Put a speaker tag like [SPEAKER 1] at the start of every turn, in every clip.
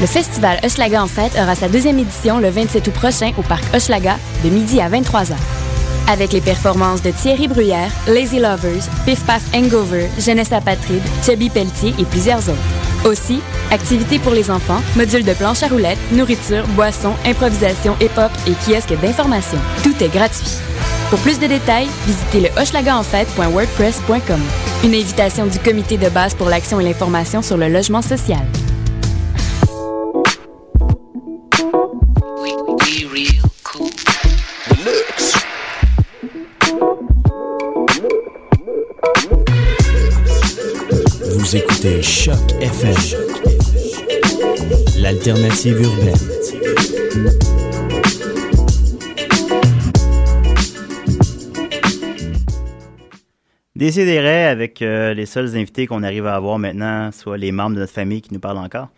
[SPEAKER 1] Le festival Hochelaga en fête aura sa deuxième édition le 27 août prochain au parc Hochelaga, de midi à 23h. Avec les performances de Thierry Bruyère, Lazy Lovers, Piff Paff Hangover, Jeunesse Apatride, Chubby Pelletier et plusieurs autres. Aussi, activités pour les enfants, modules de planche à roulettes, nourriture, boissons, improvisation hip-hop et kiosque d'information. Tout est gratuit. Pour plus de détails, visitez le hochelagaenfête.wordpress.com. Une invitation du comité de base pour l'action et l'information sur le logement social.
[SPEAKER 2] Vous écoutez Choc FM, l'alternative urbaine.
[SPEAKER 3] Décidérez avec euh, les seuls invités qu'on arrive à avoir maintenant, soit les membres de notre famille qui nous parlent encore.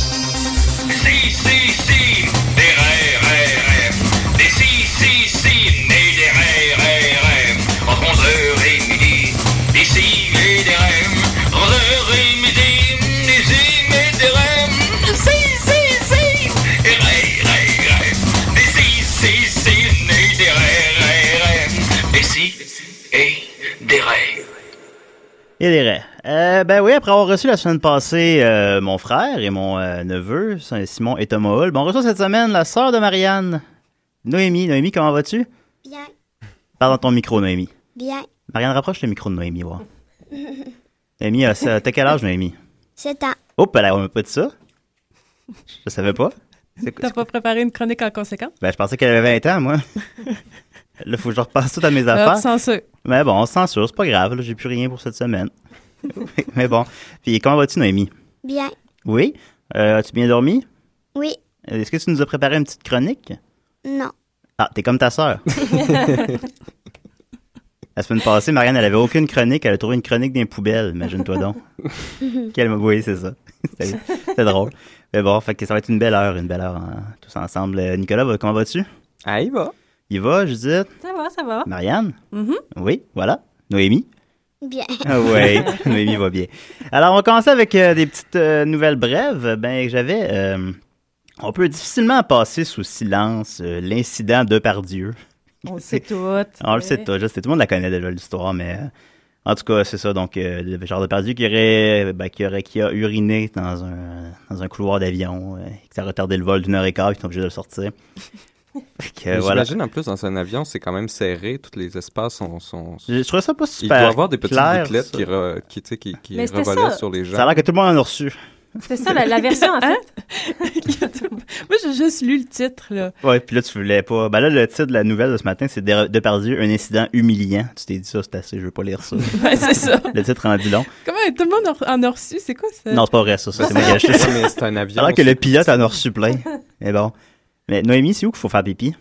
[SPEAKER 4] Si, si, si, des rêves, rêves, rêves. Des si, si, si, nés des rêves, rêves, rêves. Entre 11h et midi, des si et des rêves. Entre 11h et midi, des si et des rêves. Si, si, si, des rêves, rêves, rêves. Des si, si, si, nés des rêves, rêves, rêves. Des si et des rêves.
[SPEAKER 3] Il est vrai. Euh, ben oui, après avoir reçu la semaine passée euh, mon frère et mon euh, neveu, Saint- Simon et Thomas Hull, ben on reçoit cette semaine la sœur de Marianne, Noémie. Noémie, comment vas-tu?
[SPEAKER 5] Bien,
[SPEAKER 3] Parle dans ton micro, Noémie.
[SPEAKER 5] bien.
[SPEAKER 3] Marianne, rapproche le micro de Noémie, voir. Noémie, euh, ça- t'as quel âge, Noémie?
[SPEAKER 5] C'est un.
[SPEAKER 3] Oups, elle m'a pas dit ça. Je savais pas. C'est quoi-
[SPEAKER 6] T'as pas préparé une chronique en conséquence?
[SPEAKER 3] Ben, je pensais qu'elle avait 20 ans, moi. Là, faut que je repasse tout à mes
[SPEAKER 6] Ah,
[SPEAKER 3] affaires.
[SPEAKER 6] sans ça.
[SPEAKER 3] Mais bon, on se censure, c'est pas grave, là, j'ai plus rien pour cette semaine. Mais bon. Puis comment vas-tu, Noémie?
[SPEAKER 5] Bien.
[SPEAKER 3] Oui? Euh, As-tu bien dormi?
[SPEAKER 5] Oui.
[SPEAKER 3] Est-ce que tu nous as préparé une petite chronique?
[SPEAKER 5] Non.
[SPEAKER 3] Ah, t'es comme ta sœur. La semaine passée, Marianne, elle avait aucune chronique, elle a trouvé une chronique d'un poubelle, imagine-toi donc. Quelle oui, c'est ça. C'était c'était drôle. Mais bon, fait que ça va être une belle heure, une belle heure hein, tous ensemble. Euh, Nicolas, va- comment vas-tu?
[SPEAKER 7] Ah, il va.
[SPEAKER 3] Il va, Judith?
[SPEAKER 6] Ça va, ça va.
[SPEAKER 3] Marianne?
[SPEAKER 6] Mhm.
[SPEAKER 3] Oui, voilà. Noémie?
[SPEAKER 5] Bien.
[SPEAKER 3] oui, Ah Noémie va bien. Alors, on va commencer avec euh, des petites euh, nouvelles brèves. Ben, j'avais. euh, on peut difficilement passer sous silence euh, l'incident de Pardieu.
[SPEAKER 6] On le sait tout. Euh, On
[SPEAKER 3] On le sait, tout, je sais, tout le monde la connaît déjà l'histoire, mais euh, en tout cas, c'est ça. Donc, euh, le genre de Pardieu qui aurait, ben, qui aurait, qui a uriné dans un, dans un couloir d'avion, euh, et que ça a retardé le vol d'une heure et quart, puis ils sont obligés de le sortir. Fait que,
[SPEAKER 7] Mais
[SPEAKER 3] Euh, voilà.
[SPEAKER 7] J'imagine en plus dans un avion, c'est quand même serré, tous les espaces sont. sont- sont-
[SPEAKER 3] Je, je trouvais ça pas
[SPEAKER 7] Il
[SPEAKER 3] super.
[SPEAKER 7] doit y avoir des petites
[SPEAKER 3] clair,
[SPEAKER 7] bouclettes
[SPEAKER 3] ça.
[SPEAKER 7] qui, re- qui, tu sais, qui, qui
[SPEAKER 8] Mais c'était
[SPEAKER 7] revolaient
[SPEAKER 8] ça.
[SPEAKER 7] sur les gens.
[SPEAKER 3] Ça a l'air que tout le monde en a reçu.
[SPEAKER 8] C'était ça la, la version, en
[SPEAKER 6] Hein?
[SPEAKER 8] fait.
[SPEAKER 6] Moi, j'ai juste lu le titre, là.
[SPEAKER 3] Ouais, puis là, tu voulais pas. Ben là, le titre de la nouvelle de ce matin, c'est Dé- Depardieu, un incident humiliant. Tu t'es dit ça, c'est assez, je veux pas lire ça.
[SPEAKER 6] Ouais, c'est ça.
[SPEAKER 3] le titre rendu long.
[SPEAKER 6] Comment tout le monde en- en a reçu? C'est quoi ça?
[SPEAKER 3] Non, c'est pas vrai, ça. ça c'est moi qui ai acheté ça.
[SPEAKER 7] Ouais, mais c'est un avion.
[SPEAKER 3] Alors que le
[SPEAKER 7] c'est-
[SPEAKER 3] pilote en a reçu plein. Mais bon. Mais Noémie, c'est où qu'il faut faire pipi?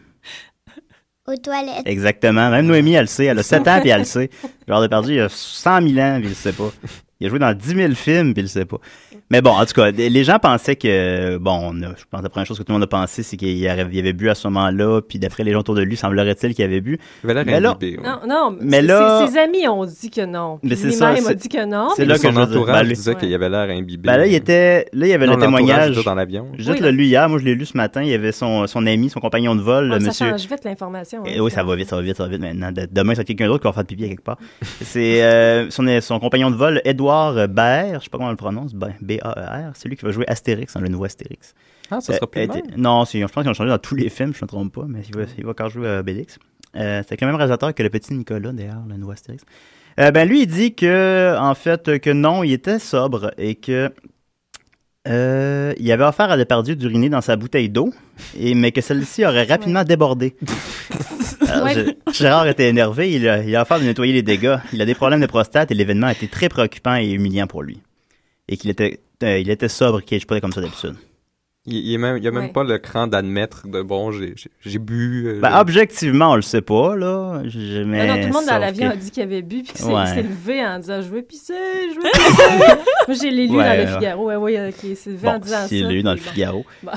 [SPEAKER 5] Aux toilettes.
[SPEAKER 3] Exactement. Même Noémie, elle le sait. Elle a 7 ans, puis elle le sait. Genre Depardieu, il a 100 000 ans, puis il le sait pas. Il a joué dans 10 000 films, puis il le sait pas. Mais bon, en tout cas, les gens pensaient que... Bon, on a- je pense que la première chose que tout le monde a pensé, c'est qu'il avait, il avait bu à ce moment-là, puis d'après les gens autour de lui, semblerait-il qu'il avait bu.
[SPEAKER 7] Il avait
[SPEAKER 3] Mais
[SPEAKER 7] l'air
[SPEAKER 3] là-
[SPEAKER 7] imbibé, ouais.
[SPEAKER 8] Non, non.
[SPEAKER 3] Mais
[SPEAKER 8] ses-
[SPEAKER 3] là-
[SPEAKER 8] Ses, ses amis ont dit que non.
[SPEAKER 3] Mais
[SPEAKER 8] Mais
[SPEAKER 3] c'est
[SPEAKER 8] lui
[SPEAKER 3] ça,
[SPEAKER 8] même
[SPEAKER 3] c'est-
[SPEAKER 8] a dit que non.
[SPEAKER 3] c'est
[SPEAKER 7] Mais
[SPEAKER 3] là que
[SPEAKER 7] son
[SPEAKER 3] je veux dire.
[SPEAKER 7] entourage
[SPEAKER 3] Ben, lui-
[SPEAKER 7] disait qu'il avait l'air imbibé.
[SPEAKER 3] Ben là, il était. Là, il y avait
[SPEAKER 7] Son
[SPEAKER 3] le
[SPEAKER 7] entourage
[SPEAKER 3] témoignage.
[SPEAKER 7] était dans l'avion.
[SPEAKER 3] Juste
[SPEAKER 8] Oui,
[SPEAKER 3] le
[SPEAKER 8] là.
[SPEAKER 3] lui hier, moi je l'ai lu ce matin, il y avait son, son ami, son compagnon de vol,
[SPEAKER 8] Ah,
[SPEAKER 3] le
[SPEAKER 8] ça
[SPEAKER 3] monsieur.
[SPEAKER 8] change vite l'information. hein.
[SPEAKER 3] Eh oui, ça va vite, ça va vite, ça va vite maintenant. De- demain, ça va être quelqu'un d'autre qui va faire de pipi à quelque part. C'est euh, son, son compagnon de vol, Edouard Baer, je sais pas comment on le prononce, Ben- B-A-E-R, c'est lui qui va jouer Astérix dans le nouveau Astérix.
[SPEAKER 7] Ah, ça
[SPEAKER 3] Euh,
[SPEAKER 7] sera plus le
[SPEAKER 3] était-
[SPEAKER 7] même.
[SPEAKER 3] Non, c'est- je pense qu'ils ont changé dans tous les films, je ne me trompe pas, mais il va, il va encore jouer à Obélix. Euh, c'est avec le même réalisateur que le petit Nicolas, d'ailleurs, le nouveau Astérix. Euh, ben, lui, il dit que, en fait, que non, il était sobre et que. euh, il avait offert à Depardieu d'uriner dans sa bouteille d'eau, et- mais que celle-ci aurait rapidement débordé. Alors,
[SPEAKER 8] Ouais.
[SPEAKER 3] Gé- Gérard était énervé, il a, il a offert de nettoyer les dégâts. Il a des problèmes de prostate et l'événement a été très préoccupant et humiliant pour lui. Et qu'il était, euh, il était sobre, qui est pas comme ça d'habitude.
[SPEAKER 7] Il il est même- il y a même
[SPEAKER 8] Ouais.
[SPEAKER 7] pas le cran d'admettre de bon, j'ai- j'ai j'ai bu. euh,
[SPEAKER 3] Ben, objectivement, on le sait pas, là. Je- je- mais
[SPEAKER 8] Non, non, tout le monde dans
[SPEAKER 3] sauf
[SPEAKER 8] l'avion
[SPEAKER 3] que-
[SPEAKER 8] a dit qu'il avait bu, puis qu'il s'est
[SPEAKER 3] Ouais.
[SPEAKER 8] il s'est levé en disant Je veux pisser, je veux pisser. Moi, j'ai les lu
[SPEAKER 3] Ouais,
[SPEAKER 8] dans le
[SPEAKER 3] ouais.
[SPEAKER 8] Figaro. Ouais, ouais, avec les Sylvain en
[SPEAKER 3] Bon,
[SPEAKER 8] disant ça.
[SPEAKER 3] s'il l'a eu dans le
[SPEAKER 8] puis bon.
[SPEAKER 3] Figaro.
[SPEAKER 8] Bon.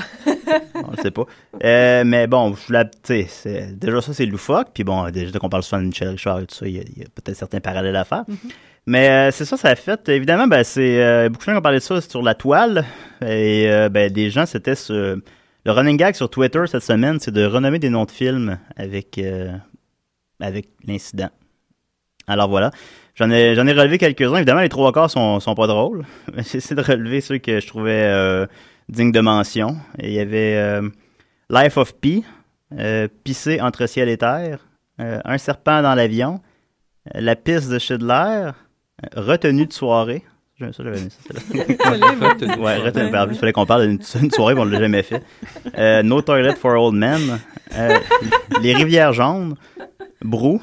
[SPEAKER 3] on le sait pas. Euh, mais bon, je la, tu sais, c'est- déjà ça, c'est loufoque. Puis bon, déjà dès qu'on parle souvent de Michel Richard et tout ça, il y a, il y a peut-être certains parallèles à faire.
[SPEAKER 8] Mm-hmm.
[SPEAKER 3] Mais euh, c'est ça, ça a fait. Évidemment, ben, c'est euh, beaucoup de gens qui ont parlé de ça sur la toile. Et euh, ben, des gens, c'était ce- le running gag sur Twitter cette semaine, c'est de renommer des noms de films avec, euh, avec l'incident. Alors voilà. J'en ai, j'en ai relevé quelques-uns. Évidemment, les trois quarts sont, sont pas drôles. J'ai essayé de relever ceux que je trouvais euh, dignes de mention. Et il y avait euh, Life of Pi, euh, Pisser entre ciel et terre, euh, Un serpent dans l'avion, euh, La piste de Schindler, euh, Retenue de soirée. Je- Ça, j'avais mis ça, celle-là. Ouais, retenue par Il fallait qu'on parle d'une d'une soirée, mais on l'a jamais fait. Euh, no Toilet for Old Men, euh, Les Rivières Jaunes, Brou,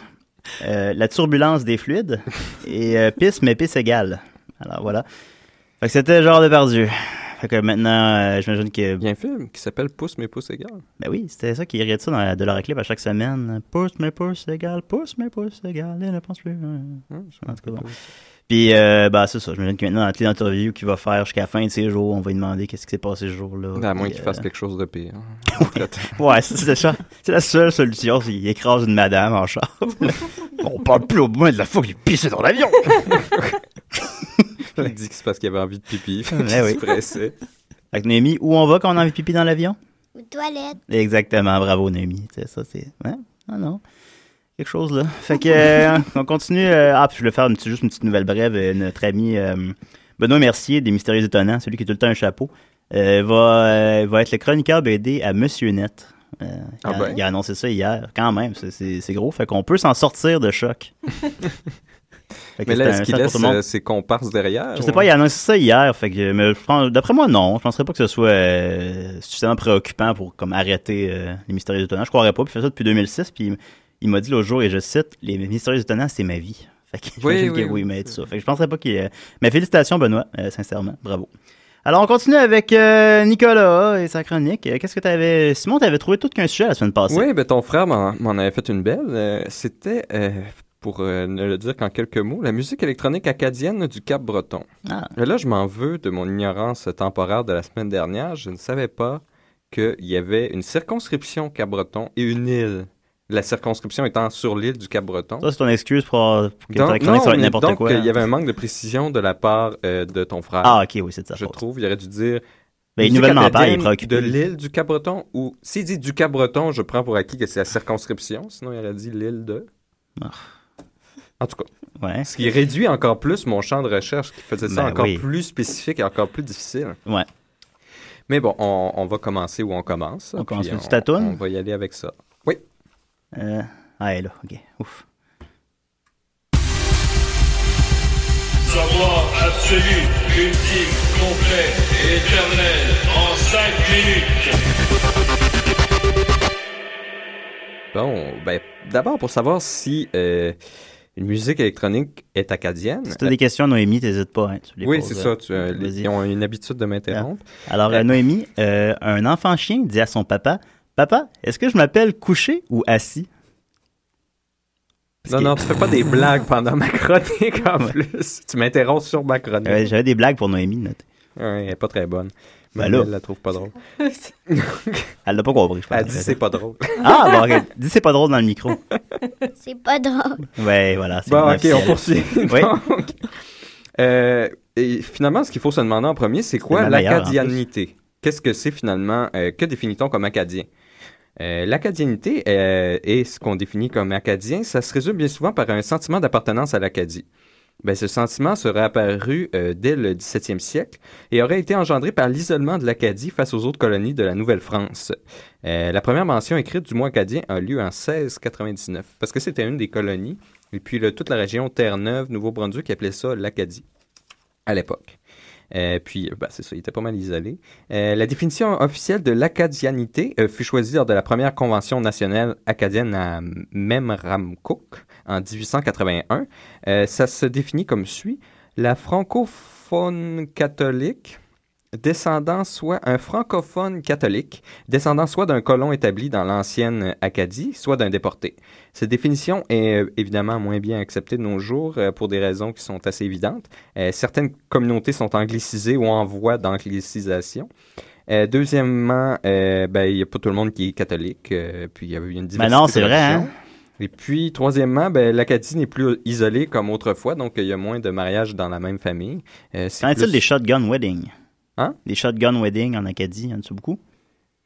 [SPEAKER 3] euh, La Turbulence des Fluides et euh, Pisse, mais Pisse égale. Alors voilà. Fait que c'était genre de perdu. Fait que maintenant, euh, j'imagine que.
[SPEAKER 7] Il y a un film qui s'appelle Pousse mes pouces égales.
[SPEAKER 3] Ben oui, c'était ça qui regarde ça dans la- de leur clip à chaque semaine. Pousse, mais pousse égale, pousse, mais pousse égale, et ne pense plus. euh.
[SPEAKER 7] Hein, je
[SPEAKER 3] En tout cas, bon.
[SPEAKER 7] pas.
[SPEAKER 3] Puis, euh, bah, c'est ça. J'imagine que maintenant, dans toutes les interviews qu'il va faire jusqu'à la fin de ses jours, on va lui demander qu'est-ce qui s'est passé ce jour-là.
[SPEAKER 7] Ben, À moins
[SPEAKER 3] Puis,
[SPEAKER 7] qu'il
[SPEAKER 3] euh,
[SPEAKER 7] fasse quelque chose de pire.
[SPEAKER 3] Ouais, c'est c'est ça. C'est la seule solution, c'est qu'il écrase une madame en char. on parle plus au moins de la fois que j'ai pissé dans l'avion.
[SPEAKER 7] Il dit que c'est parce qu'il avait envie de pipi.
[SPEAKER 3] Ouais,
[SPEAKER 7] Il se
[SPEAKER 3] Eh oui.
[SPEAKER 7] pressait.
[SPEAKER 3] Fait que Noémie, où on va quand on a envie de pipi dans l'avion?
[SPEAKER 5] Aux toilettes.
[SPEAKER 3] Exactement, bravo Noémie. Tu sais, ça, c'est... Hein? Ah non. Quelque chose, là. Fait que, euh, on continue. euh, Ah, puis je vais faire une petite- juste une petite nouvelle brève. Euh, Notre ami euh, Benoît Mercier, des Mystérieux Étonnants, celui qui a tout le temps un chapeau, euh, va, euh, va être le chroniqueur BD à Monsieur Net. Euh,
[SPEAKER 7] Ah
[SPEAKER 3] il, a,
[SPEAKER 7] ben.
[SPEAKER 3] il a annoncé ça hier. Quand même, c'est- c'est c'est gros. Fait qu'on peut s'en sortir de choc. Fait que
[SPEAKER 7] Mais là,
[SPEAKER 3] c'est
[SPEAKER 7] est-ce
[SPEAKER 3] un sac
[SPEAKER 7] qu'il
[SPEAKER 3] pour
[SPEAKER 7] laisse
[SPEAKER 3] tout le monde.
[SPEAKER 7] euh, ses comparses derrière?
[SPEAKER 3] Je sais pas, il a annoncé ça hier, fait que mais je pense- d'après moi non, je penserais pas que ce soit euh, suffisamment préoccupant pour comme arrêter euh, les mystérieux étonnants. Je croirais pas, puis il fait ça depuis 2006, puis il m- il m'a dit l'autre jour et je cite les mystérieux étonnants, c'est ma vie. Fait que
[SPEAKER 7] Oui,
[SPEAKER 3] j'imagine
[SPEAKER 7] oui,
[SPEAKER 3] que
[SPEAKER 7] oui,
[SPEAKER 3] oui, mais
[SPEAKER 7] c'est-
[SPEAKER 3] ça. Fait que je penserais pas qu'il euh, mais félicitations Benoît, euh, sincèrement, bravo. Alors on continue avec euh, Nicolas et sa chronique. Euh, Qu'est-ce que t'avais Simon, t'avais trouvé tout qu'un sujet la semaine passée.
[SPEAKER 7] Oui, ben ton frère m'en m'en avait fait une belle. Euh, C'était, euh, pour euh, ne le dire qu'en quelques mots, la musique électronique acadienne du Cap-Breton.
[SPEAKER 3] Ah.
[SPEAKER 7] Et Là, je m'en veux de mon ignorance temporaire de la semaine dernière. Je ne savais pas qu'il y avait une circonscription Cap-Breton et une île. La circonscription étant sur l'île du Cap-Breton.
[SPEAKER 3] Ça c'est ton excuse pour, avoir- pour que ta
[SPEAKER 7] Donc,
[SPEAKER 3] chronique
[SPEAKER 7] non,
[SPEAKER 3] soit
[SPEAKER 7] mais
[SPEAKER 3] n'importe
[SPEAKER 7] donc,
[SPEAKER 3] quoi.
[SPEAKER 7] euh, il y avait un manque de précision de la part euh, de ton frère.
[SPEAKER 3] Ah OK, oui, c'est de sa
[SPEAKER 7] je
[SPEAKER 3] faute.
[SPEAKER 7] trouve, il aurait dû dire
[SPEAKER 3] Ben, il
[SPEAKER 7] Musique
[SPEAKER 3] nouvellement père, il est
[SPEAKER 7] acadienne de
[SPEAKER 3] préoccupé.
[SPEAKER 7] l'île du Cap-Breton ou s'il dit du Cap-Breton, je prends pour acquis que c'est la circonscription, sinon il aurait dit l'île de.
[SPEAKER 3] Ah.
[SPEAKER 7] En tout cas,
[SPEAKER 3] Ouais.
[SPEAKER 7] ce qui réduit encore plus mon champ de recherche, qui faisait ça
[SPEAKER 3] Ben
[SPEAKER 7] encore
[SPEAKER 3] oui.
[SPEAKER 7] plus spécifique et encore plus difficile.
[SPEAKER 3] Ouais.
[SPEAKER 7] Mais bon, on, on va commencer où on commence.
[SPEAKER 3] On
[SPEAKER 7] puis
[SPEAKER 3] commence avec
[SPEAKER 7] on-
[SPEAKER 3] ta toune?
[SPEAKER 7] On va y aller avec ça.
[SPEAKER 3] Euh, ah, elle est là, ok. Ouf.
[SPEAKER 4] Savoir absolu, ultime, complet et éternel en 5 minutes.
[SPEAKER 7] Bon, ben, d'abord pour savoir si euh, une musique électronique est acadienne.
[SPEAKER 3] Si t'as des questions, Noémie, t'hésites pas. hein, tu les
[SPEAKER 7] Oui,
[SPEAKER 3] poses,
[SPEAKER 7] c'est
[SPEAKER 3] euh,
[SPEAKER 7] ça. Tu, euh, les-
[SPEAKER 3] vas-y.
[SPEAKER 7] ils ont une habitude de m'interrompre.
[SPEAKER 3] Alors, euh, Noémie, euh, un enfant chien dit à son papa Papa, est-ce que je m'appelle couché ou assis
[SPEAKER 7] Non,
[SPEAKER 3] que-
[SPEAKER 7] non, tu fais pas des blagues pendant ma chronique en
[SPEAKER 3] Ouais.
[SPEAKER 7] plus. Tu m'interromps sur ma chronique.
[SPEAKER 3] Euh, J'avais des blagues pour Noémie. note.
[SPEAKER 7] Ouais, elle est pas très bonne.
[SPEAKER 3] Ben
[SPEAKER 7] Mais
[SPEAKER 3] là.
[SPEAKER 7] elle la trouve pas drôle.
[SPEAKER 3] Elle l'a pas compris, je pense.
[SPEAKER 7] Elle dit c'est pas drôle.
[SPEAKER 3] Ah, bon, ok. dis c'est pas drôle dans le micro.
[SPEAKER 5] C'est pas drôle.
[SPEAKER 3] Ouais, voilà. c'est
[SPEAKER 7] Bon,
[SPEAKER 3] vraiment
[SPEAKER 7] ok, on
[SPEAKER 3] officiel.
[SPEAKER 7] poursuit.
[SPEAKER 3] Oui.
[SPEAKER 7] Donc, euh, et finalement, ce qu'il faut se demander en premier, c'est
[SPEAKER 3] C'est
[SPEAKER 7] quoi
[SPEAKER 3] la meilleure, en plus.
[SPEAKER 7] l'acadianité? Qu'est-ce que c'est finalement? euh, que définit-on comme acadien? Euh, L'acadianité euh, et ce qu'on définit comme acadien, ça se résume bien souvent par un sentiment d'appartenance à l'Acadie. Ben, ce sentiment serait apparu euh, dès le 17e siècle et aurait été engendré par l'isolement de l'Acadie face aux autres colonies de la Nouvelle-France. Euh, la première mention écrite du mot acadien a lieu en 1699 parce que c'était une des colonies et puis là, toute la région Terre-Neuve, Nouveau-Brunswick, ils appelaient ça l'Acadie à l'époque. Euh, puis, euh, bah, c'est ça, il était pas mal isolé. Euh, la définition officielle de l'acadianité euh, fut choisie lors de la première convention nationale acadienne à Memramcook en 1881. Euh, ça se définit comme suit la francophone catholique descendant soit un francophone catholique, descendant soit d'un colon établi dans l'ancienne Acadie, soit d'un déporté. Cette définition est euh, évidemment moins bien acceptée de nos jours euh, pour des raisons qui sont assez évidentes. Euh, certaines communautés sont anglicisées ou en voie d'anglicisation. Euh, deuxièmement, euh, ben, il n'y a pas tout le monde qui est catholique. euh, puis il y a eu une
[SPEAKER 3] Ben
[SPEAKER 7] diversité.
[SPEAKER 3] non, c'est
[SPEAKER 7] de
[SPEAKER 3] vrai, hein?
[SPEAKER 7] religions. Et puis, troisièmement, ben, l'Acadie n'est plus isolée comme autrefois, donc il y a moins de mariages dans la même famille. Euh, c'est
[SPEAKER 3] Qu'en est-il
[SPEAKER 7] plus-
[SPEAKER 3] des shotgun weddings?
[SPEAKER 7] Hein?
[SPEAKER 3] Des shotgun weddings en Acadie, y en a-tu beaucoup?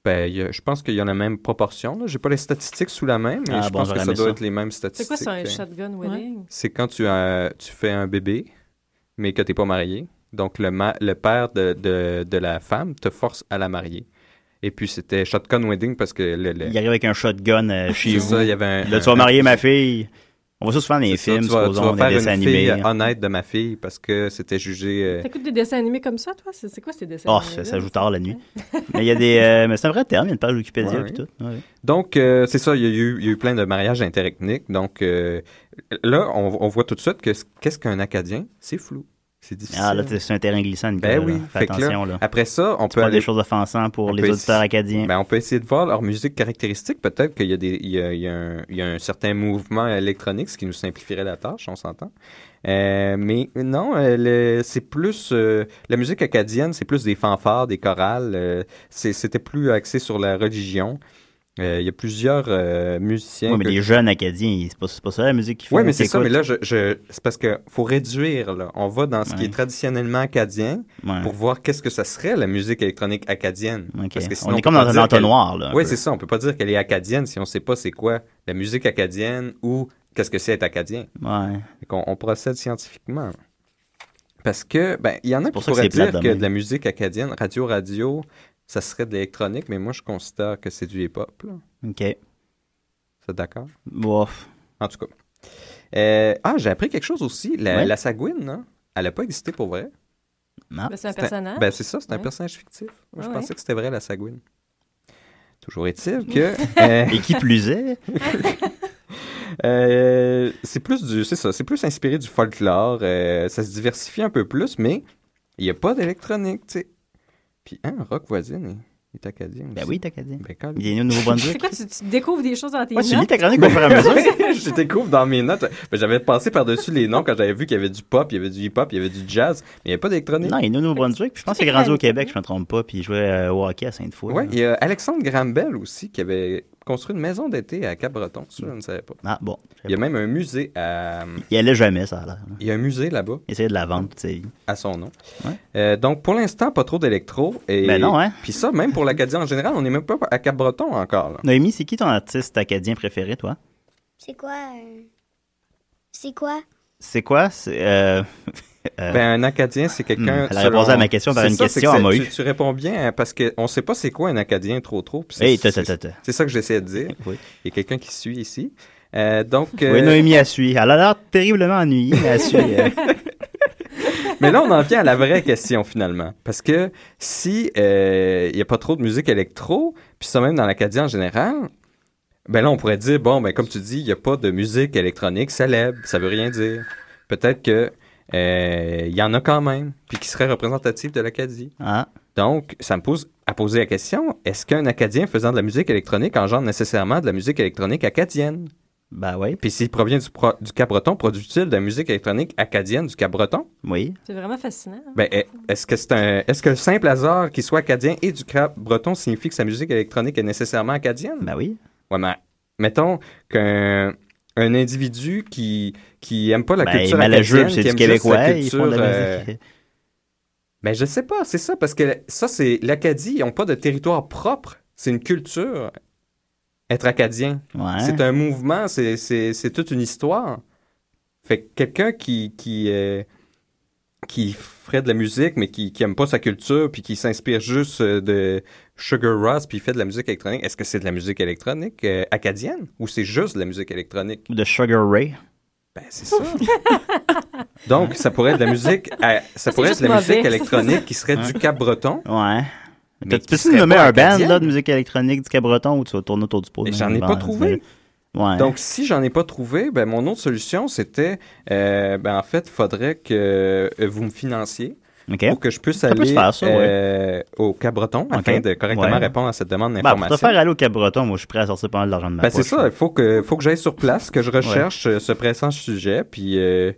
[SPEAKER 7] Ben, il y a- je pense qu'il y en a la même proportion. là. J'ai pas les statistiques sous la main, mais
[SPEAKER 3] Ah,
[SPEAKER 7] je
[SPEAKER 3] bon,
[SPEAKER 7] pense que
[SPEAKER 3] j'aurais
[SPEAKER 7] ça
[SPEAKER 3] aimé
[SPEAKER 7] doit
[SPEAKER 3] ça.
[SPEAKER 7] être les mêmes
[SPEAKER 8] C'est
[SPEAKER 7] statistiques.
[SPEAKER 8] quoi, c'est un
[SPEAKER 7] euh.
[SPEAKER 8] shotgun wedding?
[SPEAKER 7] C'est quand tu, euh, tu fais un bébé, mais que t'es pas marié. Donc, le, ma- le père de, de- de la femme te force à la marier. Et puis, c'était shotgun wedding parce que... Le, le-
[SPEAKER 3] Il arrive avec un shotgun euh, chez
[SPEAKER 7] c'est
[SPEAKER 3] vous.
[SPEAKER 7] ça, il y avait un-
[SPEAKER 3] Là,
[SPEAKER 7] un-
[SPEAKER 3] tu vas marier ma fille. On va ça souvent dans les
[SPEAKER 7] C'est ça,
[SPEAKER 3] films,
[SPEAKER 7] tu vas, tu vas
[SPEAKER 3] supposons, dans
[SPEAKER 7] faire
[SPEAKER 3] les dessins
[SPEAKER 7] une
[SPEAKER 3] animés.
[SPEAKER 7] fille
[SPEAKER 3] hein.
[SPEAKER 7] honnête de ma fille parce que c'était jugé... euh,
[SPEAKER 8] T'écoutes des dessins animés comme ça, toi? C'est c'est quoi ces dessins
[SPEAKER 3] Oh,
[SPEAKER 8] animés?
[SPEAKER 3] ça, ça joue tard la nuit. mais il y a des. euh, mais c'est un vrai terme, il y a une page Wikipédia
[SPEAKER 7] Ouais,
[SPEAKER 3] et tout. ouais.
[SPEAKER 7] Donc, euh, c'est ça, il y, a eu, il y a eu plein de mariages interethniques. Donc, euh, là, on, on voit tout de suite que c- qu'est-ce qu'un Acadien? C'est flou. C'est difficile.
[SPEAKER 3] Ah, là, t'es- c'est un terrain glissant, Nicolas.
[SPEAKER 7] Ben oui,
[SPEAKER 3] là. Fais
[SPEAKER 7] fait que là,
[SPEAKER 3] attention, là.
[SPEAKER 7] Après ça, on
[SPEAKER 3] Tu
[SPEAKER 7] peut
[SPEAKER 3] parles
[SPEAKER 7] aller...
[SPEAKER 3] des choses offensantes pour
[SPEAKER 7] on
[SPEAKER 3] les
[SPEAKER 7] peut
[SPEAKER 3] auditeurs
[SPEAKER 7] essayer-
[SPEAKER 3] acadiens.
[SPEAKER 7] Ben, on peut essayer de voir leur musique caractéristique. Peut-être qu'il y, a des- il y, a, il y a un, il y a un certain mouvement électronique, ce qui nous simplifierait la tâche, on s'entend. Euh, mais non, euh, le- c'est plus... euh, la musique acadienne, c'est plus des fanfares, des chorales. euh, c'est- C'était plus axé sur la religion. Euh, Il y a plusieurs euh, musiciens...
[SPEAKER 3] oui, mais
[SPEAKER 7] que-
[SPEAKER 3] les jeunes acadiens, c'est pas, c'est pas ça la musique qu'ils font.
[SPEAKER 7] oui, mais c'est ça. Mais
[SPEAKER 3] t'écoutes.
[SPEAKER 7] là, je, je- c'est parce que faut réduire. Là. On va dans ce qui
[SPEAKER 3] Ouais.
[SPEAKER 7] est traditionnellement acadien
[SPEAKER 3] Ouais.
[SPEAKER 7] pour voir qu'est-ce que ça serait la musique électronique acadienne.
[SPEAKER 3] Ok.
[SPEAKER 7] Parce que sinon,
[SPEAKER 3] on est
[SPEAKER 7] peut
[SPEAKER 3] comme
[SPEAKER 7] pas
[SPEAKER 3] dans un
[SPEAKER 7] dire qu'elle-
[SPEAKER 3] entonnoir, là. un
[SPEAKER 7] Oui,
[SPEAKER 3] peu.
[SPEAKER 7] c'est ça. On peut pas dire qu'elle est acadienne si on sait pas c'est quoi la musique acadienne ou qu'est-ce que c'est être acadien.
[SPEAKER 3] Ouais.
[SPEAKER 7] Fait qu'on- on procède scientifiquement. Parce que, ben, il y en a
[SPEAKER 3] pour
[SPEAKER 7] qui
[SPEAKER 3] ça que
[SPEAKER 7] pourraient
[SPEAKER 3] c'est plate
[SPEAKER 7] dire
[SPEAKER 3] de
[SPEAKER 7] que
[SPEAKER 3] même.
[SPEAKER 7] de la musique acadienne, radio-radio, ça serait de l'électronique, mais moi, je considère que c'est du hip-hop. là.
[SPEAKER 3] OK.
[SPEAKER 7] Vous êtes d'accord?
[SPEAKER 3] Bof.
[SPEAKER 7] En tout cas. Euh, ah, j'ai appris quelque chose aussi. La,
[SPEAKER 3] Ouais.
[SPEAKER 7] la Sagouine, non? elle n'a pas existé pour vrai.
[SPEAKER 3] Non.
[SPEAKER 8] Ben, c'est un
[SPEAKER 7] C'est un-
[SPEAKER 8] personnage.
[SPEAKER 7] Ben, c'est ça, c'est un
[SPEAKER 8] Ouais. Ah
[SPEAKER 7] personnage fictif. Moi, je
[SPEAKER 8] Ouais,
[SPEAKER 7] pensais
[SPEAKER 8] ouais.
[SPEAKER 7] que c'était vrai, la Sagouine. Toujours est-il que euh,
[SPEAKER 3] Et qui plus est,
[SPEAKER 7] euh, c'est plus du, c'est ça, c'est plus inspiré du folklore. euh, ça se diversifie un peu plus, mais il n'y a pas d'électronique, tu sais. Puis, hein, Rock Voisine, il, il est acadien.
[SPEAKER 3] ben
[SPEAKER 7] aussi.
[SPEAKER 3] oui, t'es acadien.
[SPEAKER 7] Ben, calme.
[SPEAKER 3] Il est né au
[SPEAKER 8] C'est
[SPEAKER 3] Nouveau-Brunswick.
[SPEAKER 8] quoi, tu, tu découvres des choses dans tes
[SPEAKER 3] Moi, tu lis
[SPEAKER 8] notes?
[SPEAKER 3] ta chronique
[SPEAKER 7] Ben,
[SPEAKER 3] au fur et à mesure.
[SPEAKER 7] je découvre dans mes notes. Ben, j'avais passé par-dessus les noms quand j'avais vu qu'il y avait du pop, il y avait du hip-hop, il y avait du jazz, mais il n'y avait pas d'électronique.
[SPEAKER 3] Non, il est né au Nouveau-Brunswick. puis Je pense qu'il est grandi au Québec, je me trompe pas. Puis il jouait euh, au hockey à Sainte-Foy.
[SPEAKER 7] Ouais,
[SPEAKER 3] là.
[SPEAKER 7] il y a Alexandre Grambel aussi qui avait construit une maison d'été à Cap-Breton. Ça, je ne savais pas.
[SPEAKER 3] Ah, bon.
[SPEAKER 7] Il y a même un musée à...
[SPEAKER 3] Il allait jamais, ça a l'air. là.
[SPEAKER 7] Il y a un musée là-bas
[SPEAKER 3] Il essayait de la vendre, tu sais.
[SPEAKER 7] à son nom.
[SPEAKER 3] Ouais.
[SPEAKER 7] Euh, donc, pour l'instant, pas trop d'électro. Et...
[SPEAKER 3] Ben non, hein.
[SPEAKER 7] Puis ça, même pour l'Acadien en général, on n'est même pas à Cap-Breton encore. là.
[SPEAKER 3] Noémie, c'est qui ton artiste acadien préféré, toi?
[SPEAKER 5] C'est quoi euh, C'est quoi
[SPEAKER 3] C'est quoi? C'est, euh, euh,
[SPEAKER 7] Ben, un Acadien, c'est quelqu'un...
[SPEAKER 3] Hmm, elle a répondu à ma question par
[SPEAKER 7] C'est
[SPEAKER 3] une
[SPEAKER 7] ça, c'est
[SPEAKER 3] question,
[SPEAKER 7] que
[SPEAKER 3] elle m'a
[SPEAKER 7] c'est-
[SPEAKER 3] eu.
[SPEAKER 7] Tu, tu réponds bien, hein, parce qu'on ne sait pas c'est quoi un Acadien trop trop. puis c'est-
[SPEAKER 3] hey, ta, ta, ta,
[SPEAKER 7] c'est-
[SPEAKER 3] ta.
[SPEAKER 7] C'est ça que j'essayais de dire.
[SPEAKER 3] Oui.
[SPEAKER 7] Il y a quelqu'un qui suit ici. Euh, donc,
[SPEAKER 3] Oui,
[SPEAKER 7] euh,
[SPEAKER 3] Noémie a suivi. Elle a l'air terriblement ennuyée, mais elle suit. euh,
[SPEAKER 7] Mais là, on en vient à la vraie question finalement. Parce que si euh, il n'y a pas trop de musique électro, puis ça même dans l'Acadie en général, ben là, on pourrait dire, bon, ben comme tu dis, il n'y a pas de musique électronique célèbre, ça veut rien dire. Peut-être que euh, il y en a quand même, puis qui serait représentatif de l'Acadie.
[SPEAKER 3] hein?
[SPEAKER 7] Donc, ça me pose à poser la question, est-ce qu'un Acadien faisant de la musique électronique engendre nécessairement de la musique électronique acadienne?
[SPEAKER 3] Ben oui.
[SPEAKER 7] Puis s'il provient du, pro- du Cap-Breton, produit-il de la musique électronique acadienne du Cap-Breton?
[SPEAKER 3] Oui.
[SPEAKER 8] C'est vraiment fascinant. hein.
[SPEAKER 7] Ben, eh, est-ce que c'est un, est-ce que le simple hasard qu'il soit acadien et du crap breton signifie que sa musique électronique est nécessairement acadienne?
[SPEAKER 3] Ben oui.
[SPEAKER 7] Ouais, mais mettons qu'un un individu qui qui aime pas la
[SPEAKER 3] ben,
[SPEAKER 7] culture
[SPEAKER 3] Malajube,
[SPEAKER 7] acadienne,
[SPEAKER 3] c'est
[SPEAKER 7] qui
[SPEAKER 3] du
[SPEAKER 7] aime juste la
[SPEAKER 3] Québécois. Ils
[SPEAKER 7] culture,
[SPEAKER 3] font de la
[SPEAKER 7] euh,
[SPEAKER 3] musique.
[SPEAKER 7] ben je sais pas, c'est ça parce que ça c'est l'Acadie, ils ont pas de territoire propre, c'est une culture. Être acadien,
[SPEAKER 3] euh, Ouais.
[SPEAKER 7] euh,
[SPEAKER 8] Hein?
[SPEAKER 7] c'est un mouvement, c'est, c'est, c'est toute une histoire. Fait que quelqu'un qui, qui, euh, qui ferait de la musique, mais qui, qui aime pas sa culture, puis qui s'inspire juste euh, de Sugar Ross, puis fait de la musique électronique, est-ce que c'est de la musique électronique euh, acadienne ou c'est juste de la musique électronique?
[SPEAKER 3] Ou de Sugar Ray.
[SPEAKER 7] Ben, c'est ça. Donc, ça pourrait être de la musique, euh, ça pourrait être
[SPEAKER 8] juste
[SPEAKER 7] de la musique
[SPEAKER 8] mauvais. Hein?
[SPEAKER 7] électronique qui serait du Cap-Breton.
[SPEAKER 3] Ouais.
[SPEAKER 7] Mais qui
[SPEAKER 3] T'as-tu
[SPEAKER 7] serait
[SPEAKER 3] nommé
[SPEAKER 7] pas
[SPEAKER 3] un band
[SPEAKER 7] acadienne?
[SPEAKER 3] là, de musique électronique du Cabreton où tu vas tourner autour du pot?
[SPEAKER 7] Et
[SPEAKER 3] là,
[SPEAKER 7] j'en ai
[SPEAKER 3] dans-
[SPEAKER 8] Ben,
[SPEAKER 7] pas trouvé.
[SPEAKER 3] Ouais.
[SPEAKER 7] Donc, si j'en ai pas trouvé, ben, mon autre solution, c'était, euh, ben, en fait, il faudrait que euh, vous me financiez
[SPEAKER 3] OK.
[SPEAKER 7] pour que je puisse
[SPEAKER 3] peut
[SPEAKER 7] aller
[SPEAKER 3] se faire, ça, ouais.
[SPEAKER 7] euh, au Cap-Breton afin
[SPEAKER 3] Ok.
[SPEAKER 7] de correctement
[SPEAKER 3] Ouais.
[SPEAKER 7] répondre à cette demande
[SPEAKER 3] Ben, pour te
[SPEAKER 7] d'information.
[SPEAKER 3] faire aller au Cabreton, moi, je suis prêt à sortir pas mal d'argent de ma
[SPEAKER 7] Ben, c'est
[SPEAKER 3] poche.
[SPEAKER 7] ça, il faut que, faut que j'aille sur place, que je recherche euh, ce pressant sujet, puis euh,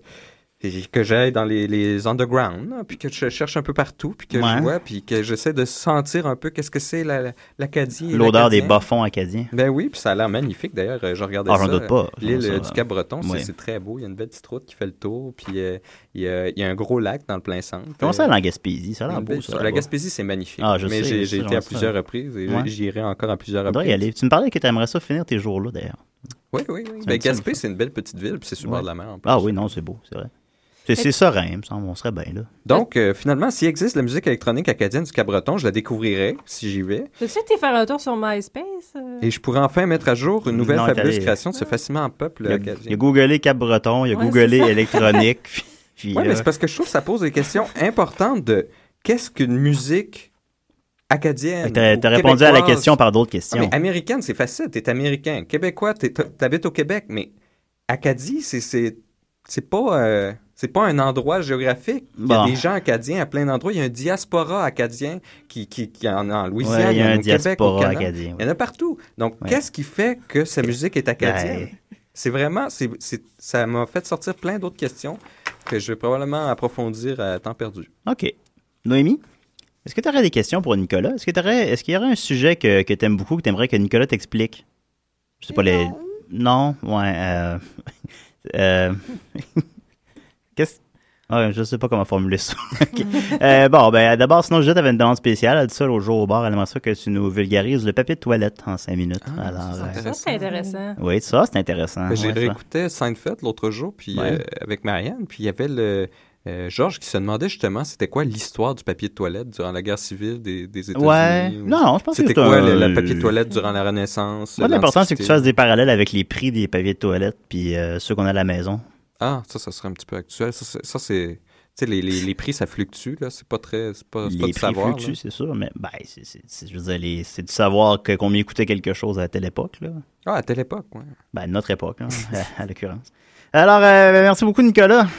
[SPEAKER 7] Et que j'aille dans les, les underground, là, puis que je cherche un peu partout, puis que
[SPEAKER 3] Ouais.
[SPEAKER 7] je vois, puis que j'essaie de sentir un peu qu'est-ce que c'est la- la- l'Acadie. et
[SPEAKER 3] L'odeur des
[SPEAKER 7] l'Acadien.
[SPEAKER 3] bas-fonds acadiens.
[SPEAKER 7] Ben oui, puis ça a l'air magnifique d'ailleurs. Euh, Je regardais
[SPEAKER 3] Ah,
[SPEAKER 7] ça.
[SPEAKER 3] j'en doute pas.
[SPEAKER 7] L'île
[SPEAKER 3] Ça,
[SPEAKER 7] euh,
[SPEAKER 3] ça,
[SPEAKER 7] du Cap-Breton, c'est-
[SPEAKER 3] ouais.
[SPEAKER 7] c'est très beau. Il y a une belle petite route qui fait le tour, puis euh, il y, a, il y a un gros lac dans le plein centre.
[SPEAKER 3] Comment ça,
[SPEAKER 7] Euh,
[SPEAKER 3] la Gaspésie? Ça a l'air
[SPEAKER 7] une
[SPEAKER 3] beau,
[SPEAKER 7] belle-
[SPEAKER 3] ça.
[SPEAKER 7] La
[SPEAKER 3] là-bas.
[SPEAKER 7] Gaspésie, c'est magnifique.
[SPEAKER 3] Ah, je
[SPEAKER 7] mais
[SPEAKER 3] sais,
[SPEAKER 7] j'ai-
[SPEAKER 3] je
[SPEAKER 7] j'ai
[SPEAKER 3] sais,
[SPEAKER 7] été
[SPEAKER 3] j'en
[SPEAKER 7] à
[SPEAKER 3] sais.
[SPEAKER 7] plusieurs reprises et
[SPEAKER 3] Ouais.
[SPEAKER 7] j'irai encore à plusieurs
[SPEAKER 3] On devrait y
[SPEAKER 7] reprises.
[SPEAKER 3] aller. Tu me parlais que tu aimerais ça finir tes jours là, d'ailleurs.
[SPEAKER 7] Oui, oui, oui.
[SPEAKER 3] C'est
[SPEAKER 7] Ben,
[SPEAKER 3] un petit
[SPEAKER 7] Gaspé, c'est une belle petite ville, puis c'est sur le
[SPEAKER 3] Ouais.
[SPEAKER 7] bord de la mer. en plus.
[SPEAKER 3] Ah oui, non, c'est beau, c'est vrai. C'est c'est serein, il me semble. On serait bien là.
[SPEAKER 7] Donc, euh, finalement, s'il existe la musique électronique acadienne du Cap-Breton, je la découvrirai si j'y vais.
[SPEAKER 8] T'as-tu été faire un tour sur MySpace? euh?
[SPEAKER 7] Et je pourrais enfin mettre à jour une nouvelle
[SPEAKER 3] Non,
[SPEAKER 7] fabuleuse
[SPEAKER 3] t'allais-
[SPEAKER 7] création de ce fascinant peuple
[SPEAKER 3] Il a,
[SPEAKER 7] acadien.
[SPEAKER 3] il a googlé Cap-Breton, il a
[SPEAKER 8] Ouais,
[SPEAKER 3] googlé
[SPEAKER 8] c'est ça.
[SPEAKER 3] électronique. puis- puis euh,
[SPEAKER 7] Oui,
[SPEAKER 3] là-
[SPEAKER 7] mais c'est parce que je trouve que ça pose des questions importantes de qu'est-ce qu'une musique acadienne.
[SPEAKER 3] Fait que T'as
[SPEAKER 7] ou
[SPEAKER 3] t'as répondu à la
[SPEAKER 7] québécoise?
[SPEAKER 3] question par d'autres
[SPEAKER 7] Ah,
[SPEAKER 3] questions.
[SPEAKER 7] mais américaine, c'est facile. T'es américain. Québécois, t'es- t'habites au Québec. Mais Acadie, c'est- c'est c'est pas. euh, c'est pas un endroit géographique. Il y a
[SPEAKER 3] Bon.
[SPEAKER 7] des gens acadiens à plein d'endroits. Il y a un diaspora acadien qui, qui, qui en en Louisiane,
[SPEAKER 3] Ouais, il y a un
[SPEAKER 7] au Québec, au
[SPEAKER 3] diaspora
[SPEAKER 7] Canada.
[SPEAKER 3] acadien.
[SPEAKER 7] Il y en a partout. Donc,
[SPEAKER 3] Ouais.
[SPEAKER 7] qu'est-ce qui fait que sa musique est acadienne?
[SPEAKER 3] Ben,
[SPEAKER 7] C'est vraiment, c'est, c'est- ça m'a fait sortir plein d'autres questions que je vais probablement approfondir à temps perdu.
[SPEAKER 3] OK. Noémie, est-ce que tu aurais des questions pour Nicolas? Est-ce que t'aurais- est-ce qu'il y aurait un sujet que, que tu aimes beaucoup, que tu aimerais que Nicolas t'explique? Je sais pas les. Non? Ouais. Euh... euh, Qu'est-ce. Ouais, je sais pas comment formuler ça. OK. Euh, bon, ben d'abord, sinon, je t'avais une demande spéciale. Elle dit ça au jour au bar. Elle aimerait ça que tu nous vulgarises le papier de toilette en cinq minutes.
[SPEAKER 7] Ah,
[SPEAKER 3] Alors,
[SPEAKER 7] ça,
[SPEAKER 3] euh,
[SPEAKER 8] Ça, c'est intéressant.
[SPEAKER 3] oui, ça, c'est intéressant. Ah,
[SPEAKER 7] J'ai
[SPEAKER 3] Ouais, ça.
[SPEAKER 7] réécouté Seinfeld l'autre jour puis
[SPEAKER 3] Ouais.
[SPEAKER 7] euh, avec Marianne, puis il y avait le euh, Georges qui se demandait justement c'était quoi l'histoire du papier de toilette durant la guerre civile des, des États-Unis.
[SPEAKER 3] Ouais.
[SPEAKER 7] ou-
[SPEAKER 3] Non, non, je pense que
[SPEAKER 7] C'était
[SPEAKER 3] c'est
[SPEAKER 7] quoi
[SPEAKER 3] un-
[SPEAKER 7] le, le papier de toilette durant la Renaissance?
[SPEAKER 3] Moi,
[SPEAKER 7] euh,
[SPEAKER 3] l'important, c'est que tu
[SPEAKER 7] l'Antiquité?
[SPEAKER 3] fasses des parallèles avec les prix des papiers de toilette puis euh, ceux qu'on a à la maison.
[SPEAKER 7] Ah, ça, ça serait un petit peu actuel. Ça, c'est- ça, c'est... Tu sais, les, les- les prix, ça fluctue, là. C'est pas très... C'est pas, c'est pas
[SPEAKER 3] les prix
[SPEAKER 7] du savoir, là.
[SPEAKER 3] fluctuent, c'est sûr, mais ben, c'est- c'est- c'est- je veux dire, les- c'est de savoir que, combien coûtait quelque chose à telle époque, là.
[SPEAKER 7] Ah, à telle époque, ouais.
[SPEAKER 3] Ben, notre époque, hein, à, à l'occurrence. Alors, euh, ben, merci beaucoup, Nicolas.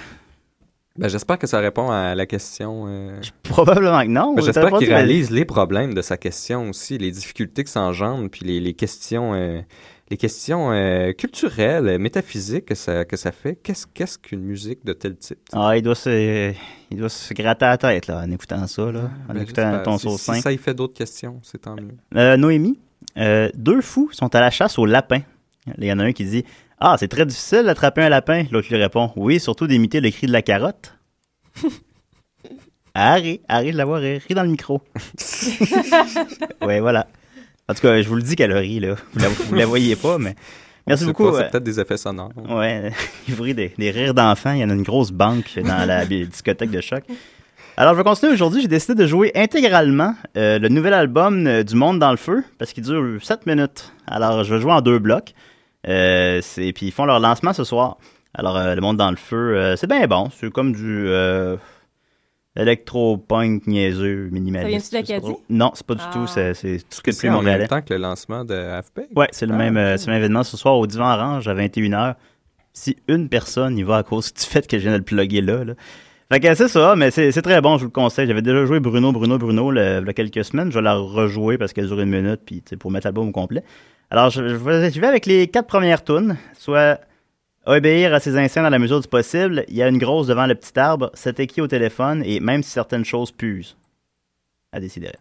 [SPEAKER 7] Ben, j'espère que ça répond à la question... euh,
[SPEAKER 3] Probablement que non.
[SPEAKER 7] Ben,
[SPEAKER 3] t'as
[SPEAKER 7] J'espère
[SPEAKER 3] pas
[SPEAKER 7] qu'il
[SPEAKER 3] dit-
[SPEAKER 7] réalise les problèmes de sa question aussi, les difficultés que ça engendre, puis les, les questions, euh, les questions euh, culturelles, euh, métaphysiques que ça, que ça fait. Qu'est-ce qu'est-ce qu'une musique de tel type?
[SPEAKER 3] Ah, il doit, se, il doit se gratter la tête, là, en écoutant ça, là, en
[SPEAKER 7] Ben,
[SPEAKER 3] écoutant
[SPEAKER 7] j'espère.
[SPEAKER 3] ton
[SPEAKER 7] Si-
[SPEAKER 3] sauce
[SPEAKER 7] si, ça y fait d'autres questions, c'est tant mieux.
[SPEAKER 3] Euh, Noémie, euh, deux fous sont à la chasse au lapin. Il y en a un qui dit Ah, c'est très difficile d'attraper un lapin. L'autre lui répond Oui, surtout d'imiter le cri de la carotte. Arrête, arrête de l'avoir ri dans le micro. ouais, voilà. En tout cas, je vous le dis qu'elle a ri, là. Vous la, vous la voyez pas, mais. Merci
[SPEAKER 7] On sait
[SPEAKER 3] beaucoup.
[SPEAKER 7] pas,
[SPEAKER 3] euh,
[SPEAKER 7] C'est peut-être des effets sonores.
[SPEAKER 3] Ouais, il vous rit des, des rires d'enfants. Il y en a une grosse banque dans la bi- discothèque de choc. Alors, je vais continuer aujourd'hui. J'ai décidé de jouer intégralement euh, le nouvel album euh, du Monde dans le Feu parce qu'il dure 7 minutes. Alors, je vais jouer en deux blocs. Euh, c'est- puis ils font leur lancement ce soir. Alors, euh, le Monde dans le Feu, euh, c'est bien bon. C'est comme du euh, électro-punk niaiseux minimaliste.
[SPEAKER 8] Ça vient-tu de l'Acadie?
[SPEAKER 3] Je sais pas trop. Non, c'est pas du
[SPEAKER 8] Ah.
[SPEAKER 3] tout. C'est c'est tout ce que
[SPEAKER 7] Que
[SPEAKER 3] le
[SPEAKER 7] c'est
[SPEAKER 3] plus
[SPEAKER 7] en
[SPEAKER 3] montréalais.
[SPEAKER 7] même temps que le lancement de AFP.
[SPEAKER 3] Ouais, c'est le,
[SPEAKER 7] Ah,
[SPEAKER 3] même, euh,
[SPEAKER 7] ok.
[SPEAKER 3] c'est le même événement ce soir au Divan Orange à 21h. Si une personne y va à cause du fait que je viens de le plugger là. là. Fait que c'est ça, mais c'est c'est très bon, je vous le conseille. J'avais déjà joué Bruno, Bruno, Bruno le- il y a quelques semaines. Je vais la rejouer parce qu'elle dure une minute puis tu sais, pour mettre l'album au complet. Alors, je, je vais je vais avec les quatre premières tunes. Soit obéir à ses instincts dans la mesure du possible, il y a une grosse devant le petit arbre, s'attaquer au téléphone et même si certaines choses puent. À décider.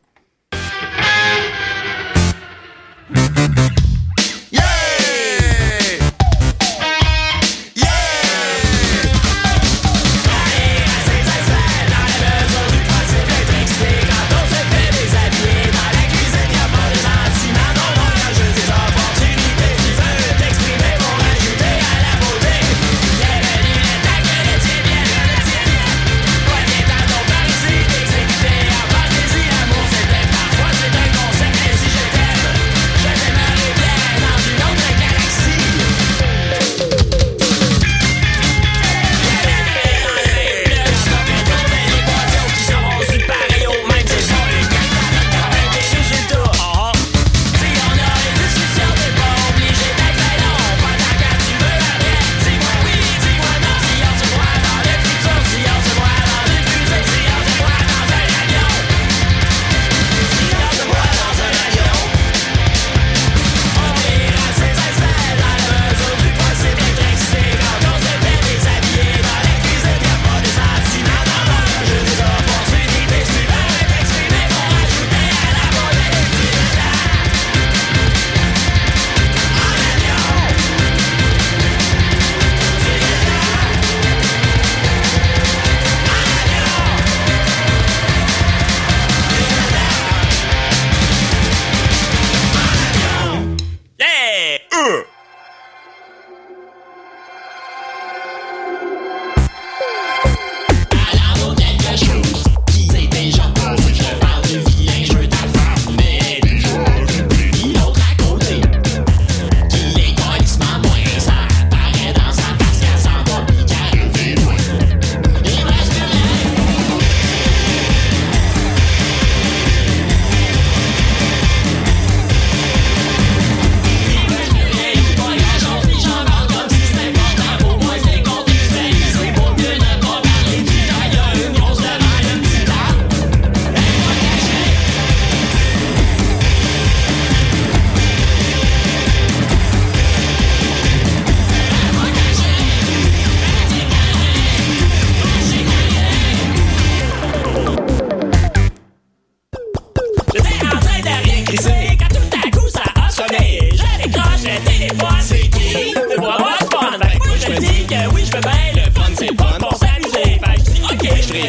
[SPEAKER 9] Exécuter avant plaisir, amour, c'est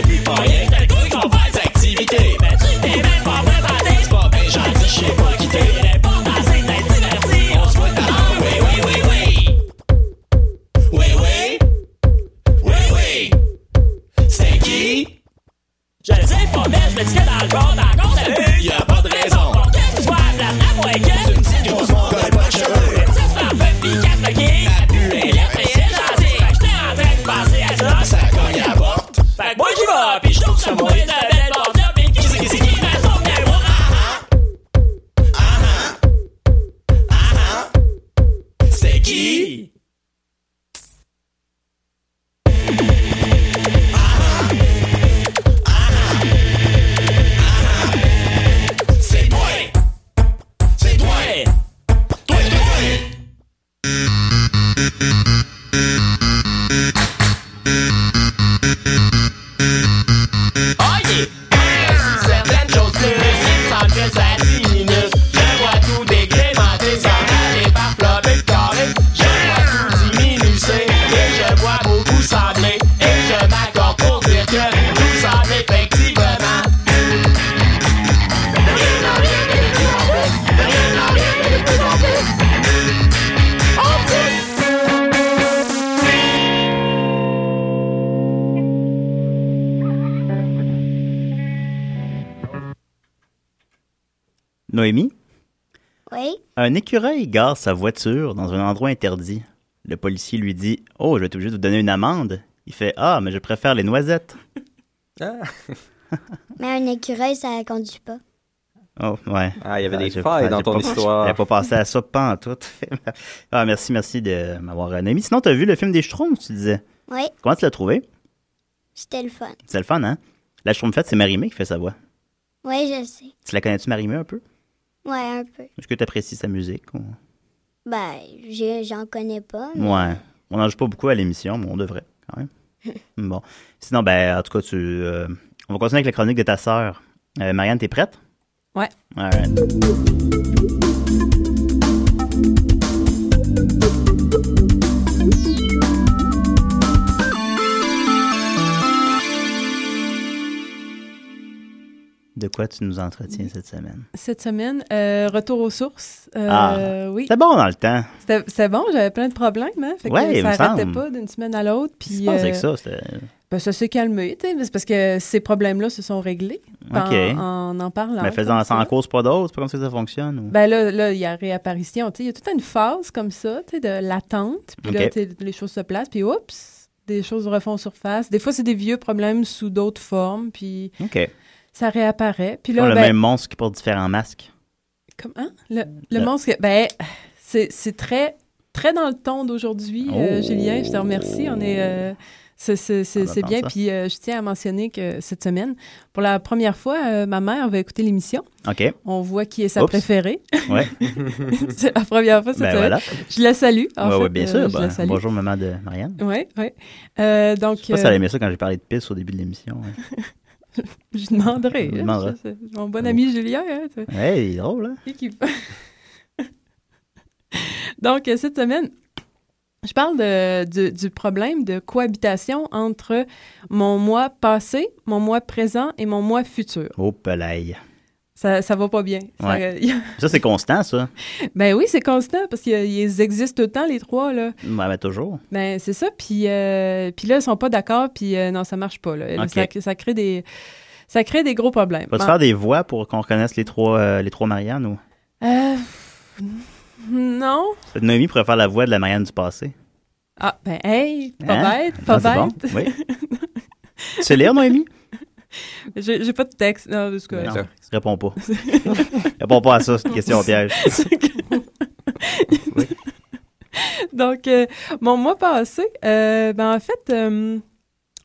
[SPEAKER 9] puis pas rien que le truc qu'on fait des activités. Mais tu t'es même pas préparé, c'est pas bien gentil, je sais pas qui t'es. L'important c'est d'être diverti, on se voit dans ah, oui, oui, oui, oui. Oui, oui. Oui, oui. C'était qui? Je le sais pas, mais je me dis que dans le fond, dans qu'on t'a vu, y'a pas de raison. Pour que tu sois blanc, à moins que tu me dises grosse mon gars, pas de cheveux. Ça se parfait, pis casse le qui? La pue est là, mais c'est gentil. Fait que j'étais en train de penser à ça, ça cogne à la porte. Fait que moi j'y vais, pis je trouve ça moyen de la belle bordure, pis qui c'est qui c'est qui m'a sauvé à moi? Ah ah. Ah ah. Ah ah. C'est qui? C'est toi! C'est toi! Toi, toi, toi! Oye! Certaines choses que je sans que ça diminue. Je vois tout dégrémenter, ça aller par flopper carré. Je vois tout diminuer et je vois beaucoup sabler. Et je m'accorde pour dire que tout ça effectivement.
[SPEAKER 3] Noémie,
[SPEAKER 5] Oui.
[SPEAKER 3] un écureuil gare sa voiture dans un endroit interdit. Le policier lui dit Oh, je vais être obligé de vous donner une amende. Il fait Ah, mais je préfère les noisettes.
[SPEAKER 7] Ah,
[SPEAKER 5] Mais un écureuil, ça conduit pas.
[SPEAKER 3] Oh, ouais.
[SPEAKER 7] Ah, il y avait des
[SPEAKER 3] j'ai-
[SPEAKER 7] failles
[SPEAKER 3] j'ai
[SPEAKER 7] dans ton
[SPEAKER 3] pas-
[SPEAKER 7] histoire.
[SPEAKER 3] J'avais pas pensé à ça pas en tout. ah, merci, merci de m'avoir euh, Noémie. Sinon, t'as vu le film des Schtroumpfs, tu disais.
[SPEAKER 5] Oui,
[SPEAKER 3] Comment tu l'as trouvé
[SPEAKER 5] c'était le fun.
[SPEAKER 3] C'est le fun, hein La Schtroumpfette, c'est Marimé qui fait sa voix.
[SPEAKER 5] Oui, je le sais.
[SPEAKER 3] Tu la connais-tu, Marimé, un peu
[SPEAKER 5] Ouais, un peu.
[SPEAKER 3] Est-ce que t'apprécies sa musique ou-
[SPEAKER 5] Ben, j'ai- j'en connais pas.
[SPEAKER 8] Hmm.
[SPEAKER 5] mais-
[SPEAKER 3] Ouais. On n'en joue pas beaucoup à l'émission, mais on devrait, quand même. bon. Sinon, ben, en tout cas, tu. euh, on va continuer avec la chronique de ta sœur. Euh, Marianne, t'es prête?
[SPEAKER 8] Ouais.
[SPEAKER 3] Alright. De quoi tu nous entretiens cette semaine?
[SPEAKER 8] Cette semaine, euh, retour aux sources. Euh,
[SPEAKER 3] Ah.
[SPEAKER 8] Oui,
[SPEAKER 3] C'est bon dans le temps.
[SPEAKER 8] c'était c'était bon, j'avais plein de problèmes. Hein, fait que
[SPEAKER 3] Ouais, il me
[SPEAKER 8] ça arrêtait
[SPEAKER 3] semble.
[SPEAKER 8] pas d'une semaine à l'autre.
[SPEAKER 3] Qu'est-ce qui
[SPEAKER 8] Puis,
[SPEAKER 3] se passe avec
[SPEAKER 8] euh,
[SPEAKER 3] ça? C'était-
[SPEAKER 8] ben, ça s'est calmé, tu sais, mais c'est parce que ces problèmes-là se sont réglés en-
[SPEAKER 3] OK.
[SPEAKER 8] en en parlant.
[SPEAKER 3] Mais faisant
[SPEAKER 8] comme
[SPEAKER 3] ça en
[SPEAKER 8] ça.
[SPEAKER 3] cause pas d'autre, c'est pas comme ça que ça fonctionne? ou-
[SPEAKER 8] Ben là, là, il y a réapparition. tu sais, Il y a toute une phase comme ça, tu sais, de l'attente. Puis là,
[SPEAKER 3] Ok.
[SPEAKER 8] tu sais, les choses se placent, puis oups, des choses refont surface. Des fois, c'est des vieux problèmes sous d'autres formes, puis
[SPEAKER 3] OK.
[SPEAKER 8] ça réapparaît. Puis
[SPEAKER 3] Comme
[SPEAKER 8] là,
[SPEAKER 3] Ah, le
[SPEAKER 8] ben,
[SPEAKER 3] même monstre qui porte différents masques.
[SPEAKER 8] comme- hein? le, le
[SPEAKER 3] Le-
[SPEAKER 8] monstre, que- ben, c'est c'est très, très dans le ton d'aujourd'hui, euh,
[SPEAKER 3] Oh.
[SPEAKER 8] Julien. Je te remercie. On est. euh, c'est- c'est c'est-
[SPEAKER 3] On
[SPEAKER 8] c'est
[SPEAKER 3] attend
[SPEAKER 8] bien.
[SPEAKER 3] ça.
[SPEAKER 8] Puis euh, je tiens à mentionner que cette semaine, pour la première fois, euh, ma mère va écouter l'émission.
[SPEAKER 3] OK.
[SPEAKER 8] On voit qui est sa
[SPEAKER 3] Oups.
[SPEAKER 8] préférée.
[SPEAKER 3] Ouais.
[SPEAKER 8] c'est la première fois cette
[SPEAKER 3] ben
[SPEAKER 8] semaine.
[SPEAKER 3] voilà.
[SPEAKER 8] Je la salue. en
[SPEAKER 3] Ouais,
[SPEAKER 8] fait,
[SPEAKER 3] ouais, bien
[SPEAKER 8] euh,
[SPEAKER 3] sûr.
[SPEAKER 8] je
[SPEAKER 3] ben,
[SPEAKER 8] la salue.
[SPEAKER 3] bonjour, maman de Marianne.
[SPEAKER 8] Oui, oui. Euh, donc,
[SPEAKER 3] Je sais pas si elle
[SPEAKER 8] euh,
[SPEAKER 3] aimait ça quand j'ai parlé de pisse au début de l'émission. hein.
[SPEAKER 8] je lui demanderai.
[SPEAKER 3] Je lui
[SPEAKER 8] hein,
[SPEAKER 3] demanderai.
[SPEAKER 8] je- je- mon bon ami Julien. hein, tu-
[SPEAKER 3] Hey, il est drôle, hein?
[SPEAKER 8] et qui- donc, euh, cette semaine, je parle de- du- du problème de cohabitation entre mon moi passé, mon moi présent et mon moi futur.
[SPEAKER 3] Oh, pelaille.
[SPEAKER 8] Ça, ça va pas bien. Ça-
[SPEAKER 3] Ça, c'est constant, ça.
[SPEAKER 8] ben oui, c'est constant parce qu'ils existent tout le temps, les trois. Là.
[SPEAKER 3] Ouais, ben, toujours.
[SPEAKER 8] Ben, c'est ça. Puis, euh, puis là, ils sont pas d'accord. Puis euh, non, ça marche pas. Là. Là,
[SPEAKER 3] Ok.
[SPEAKER 8] ça, ça crée des, ça crée des gros problèmes.
[SPEAKER 3] Vas-tu
[SPEAKER 8] Ben,
[SPEAKER 3] faire des voix pour qu'on reconnaisse les trois, euh, les trois Mariannes ou.
[SPEAKER 8] euh, non.
[SPEAKER 3] Noémie pourrait faire la voix de la Marianne du passé.
[SPEAKER 8] Ah, ben, hey, pas
[SPEAKER 3] Hein?
[SPEAKER 8] bête, pas
[SPEAKER 3] Ah, c'est bon.
[SPEAKER 8] bête.
[SPEAKER 3] Oui. tu sais lire, Noémie?
[SPEAKER 8] J'ai j'ai pas de texte. Non, parce que-
[SPEAKER 7] Ben,
[SPEAKER 3] Non.
[SPEAKER 7] ça.
[SPEAKER 3] Réponds pas. Réponds pas à ça, c'est une question piège.
[SPEAKER 8] Donc, euh, mon mois passé, euh, ben, en fait, euh,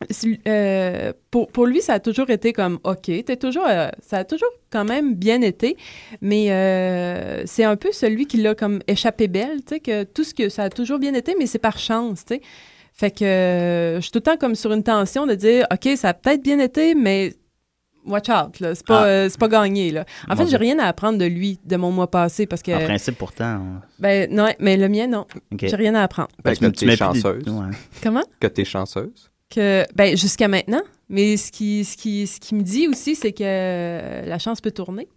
[SPEAKER 8] c'est- euh, pour, pour lui, ça a toujours été comme OK. t'es toujours, euh, ça a toujours quand même bien été, mais euh, c'est un peu celui qui l'a comme échappé belle, tu sais, que tout ce que ça a toujours bien été, mais c'est par chance, tu sais. Fait que euh, je suis tout le temps comme sur une tension de dire OK, ça a peut-être bien été, mais watch out, là. C'est pas,
[SPEAKER 3] Ah.
[SPEAKER 8] euh, c'est pas gagné, là. En
[SPEAKER 3] Mon
[SPEAKER 8] fait, euh,
[SPEAKER 3] Dieu.
[SPEAKER 8] j'ai rien à apprendre de lui, de mon mois passé, parce que.
[SPEAKER 3] En principe, pourtant.
[SPEAKER 8] Ben, non, mais le mien, non.
[SPEAKER 3] on- OK.
[SPEAKER 8] J'ai rien à apprendre.
[SPEAKER 7] Fait Ben, que
[SPEAKER 3] Tu me- tu
[SPEAKER 7] t'es
[SPEAKER 3] mets plus des-
[SPEAKER 7] chanceuse.
[SPEAKER 3] Ouais.
[SPEAKER 8] Comment?
[SPEAKER 7] Que t'es chanceuse.
[SPEAKER 8] Que, ben, jusqu'à maintenant. Mais ce qui, ce qui, ce qui me dit aussi, c'est que euh, la chance peut tourner.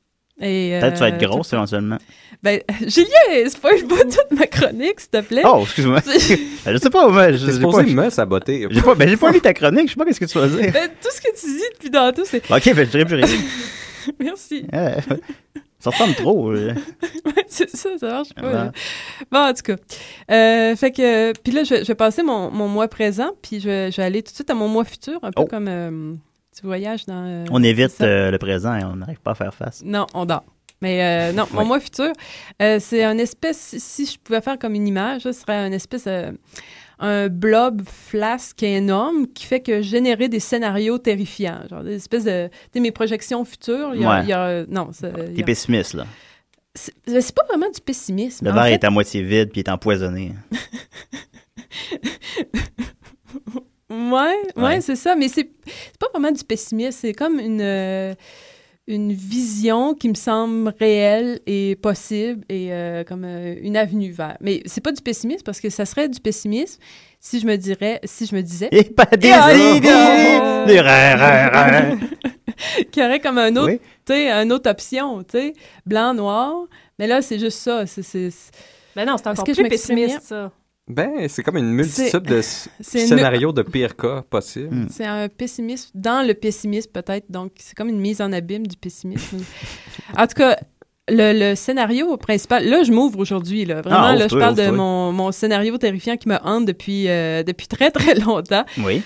[SPEAKER 8] Et,
[SPEAKER 3] Peut-être que tu vas être
[SPEAKER 8] euh,
[SPEAKER 3] grosse éventuellement.
[SPEAKER 8] Ben, Julien, spoil pas toute ma chronique, s'il te plaît.
[SPEAKER 3] Oh, excuse-moi. je sais pas, moi, je-
[SPEAKER 7] T'es
[SPEAKER 3] j'ai pas,
[SPEAKER 7] supposé me saboter.
[SPEAKER 3] j'ai pas, ben, j'ai pas lu ta chronique, je sais pas qu'est-ce que tu vas dire.
[SPEAKER 8] Ben, tout ce que tu dis depuis tantôt, c'est
[SPEAKER 3] Ok, ben, je dirais plus rien.
[SPEAKER 8] merci.
[SPEAKER 3] Euh, Ça ressemble trop. euh.
[SPEAKER 8] Ouais, c'est ça, ça marche pas.
[SPEAKER 3] Ouais.
[SPEAKER 8] là. Bon, en tout cas. Euh, fait que, puis là, je, vais- je vais passer mon, mon mois présent, puis je, vais- je vais aller tout de suite à mon mois futur, un peu
[SPEAKER 3] Oh.
[SPEAKER 8] comme euh, petit voyage dans. euh,
[SPEAKER 3] On évite
[SPEAKER 8] ça.
[SPEAKER 3] euh, le présent et on n'arrive pas à faire face.
[SPEAKER 8] Non, on dort. Mais euh, non, mon
[SPEAKER 3] Ouais.
[SPEAKER 8] mois futur, euh, c'est un espèce, si- si je pouvais faire comme une image, ce serait un espèce, euh, un blob flasque énorme qui fait que générer des scénarios terrifiants, genre des espèces de, tu sais, mes projections futures, il y a,
[SPEAKER 3] Ouais.
[SPEAKER 8] il y a- euh, non, ça- il y
[SPEAKER 3] T'es
[SPEAKER 8] a-
[SPEAKER 3] pessimiste, là.
[SPEAKER 8] c'est c'est pas vraiment du pessimisme.
[SPEAKER 3] Le
[SPEAKER 8] En
[SPEAKER 3] verre
[SPEAKER 8] fait,
[SPEAKER 3] est à moitié vide puis il est empoisonné.
[SPEAKER 8] Ouais, ouais,
[SPEAKER 3] Ouais.
[SPEAKER 8] c'est ça. Mais c'est c'est pas vraiment du pessimisme. C'est comme une, euh, une vision qui me semble réelle et possible et euh, comme euh, une avenue vers. Mais c'est pas du pessimisme parce que ça serait du pessimisme si je me dirais, si je me disais
[SPEAKER 3] Et pas des
[SPEAKER 8] aïe,
[SPEAKER 3] idées,
[SPEAKER 8] aïe.
[SPEAKER 3] des rires, rires, rires.
[SPEAKER 8] qu'il y aurait comme un autre,
[SPEAKER 3] Oui.
[SPEAKER 8] tu sais, une autre option, tu sais, blanc, noir. Mais là, c'est juste ça. C'est- C'est
[SPEAKER 10] Ben non, c'est encore
[SPEAKER 8] que je
[SPEAKER 10] plus
[SPEAKER 8] m'exprime bien?
[SPEAKER 10] pessimiste, ça.
[SPEAKER 7] Ben, c'est comme une multitude de s-
[SPEAKER 8] c'est une-
[SPEAKER 7] scénarios de pire cas
[SPEAKER 3] Mm.
[SPEAKER 7] possible.
[SPEAKER 8] c'est un pessimisme dans le pessimisme, peut-être. Donc, c'est comme une mise en abîme du pessimisme. en tout cas, le, le scénario principal, là, je m'ouvre aujourd'hui. Là. Vraiment,
[SPEAKER 3] Ah,
[SPEAKER 8] là, je
[SPEAKER 3] ouvre-toi,
[SPEAKER 8] parle de
[SPEAKER 3] ouvre-toi.
[SPEAKER 8] mon, mon scénario terrifiant qui me hante depuis, euh, depuis très, très longtemps.
[SPEAKER 3] Oui.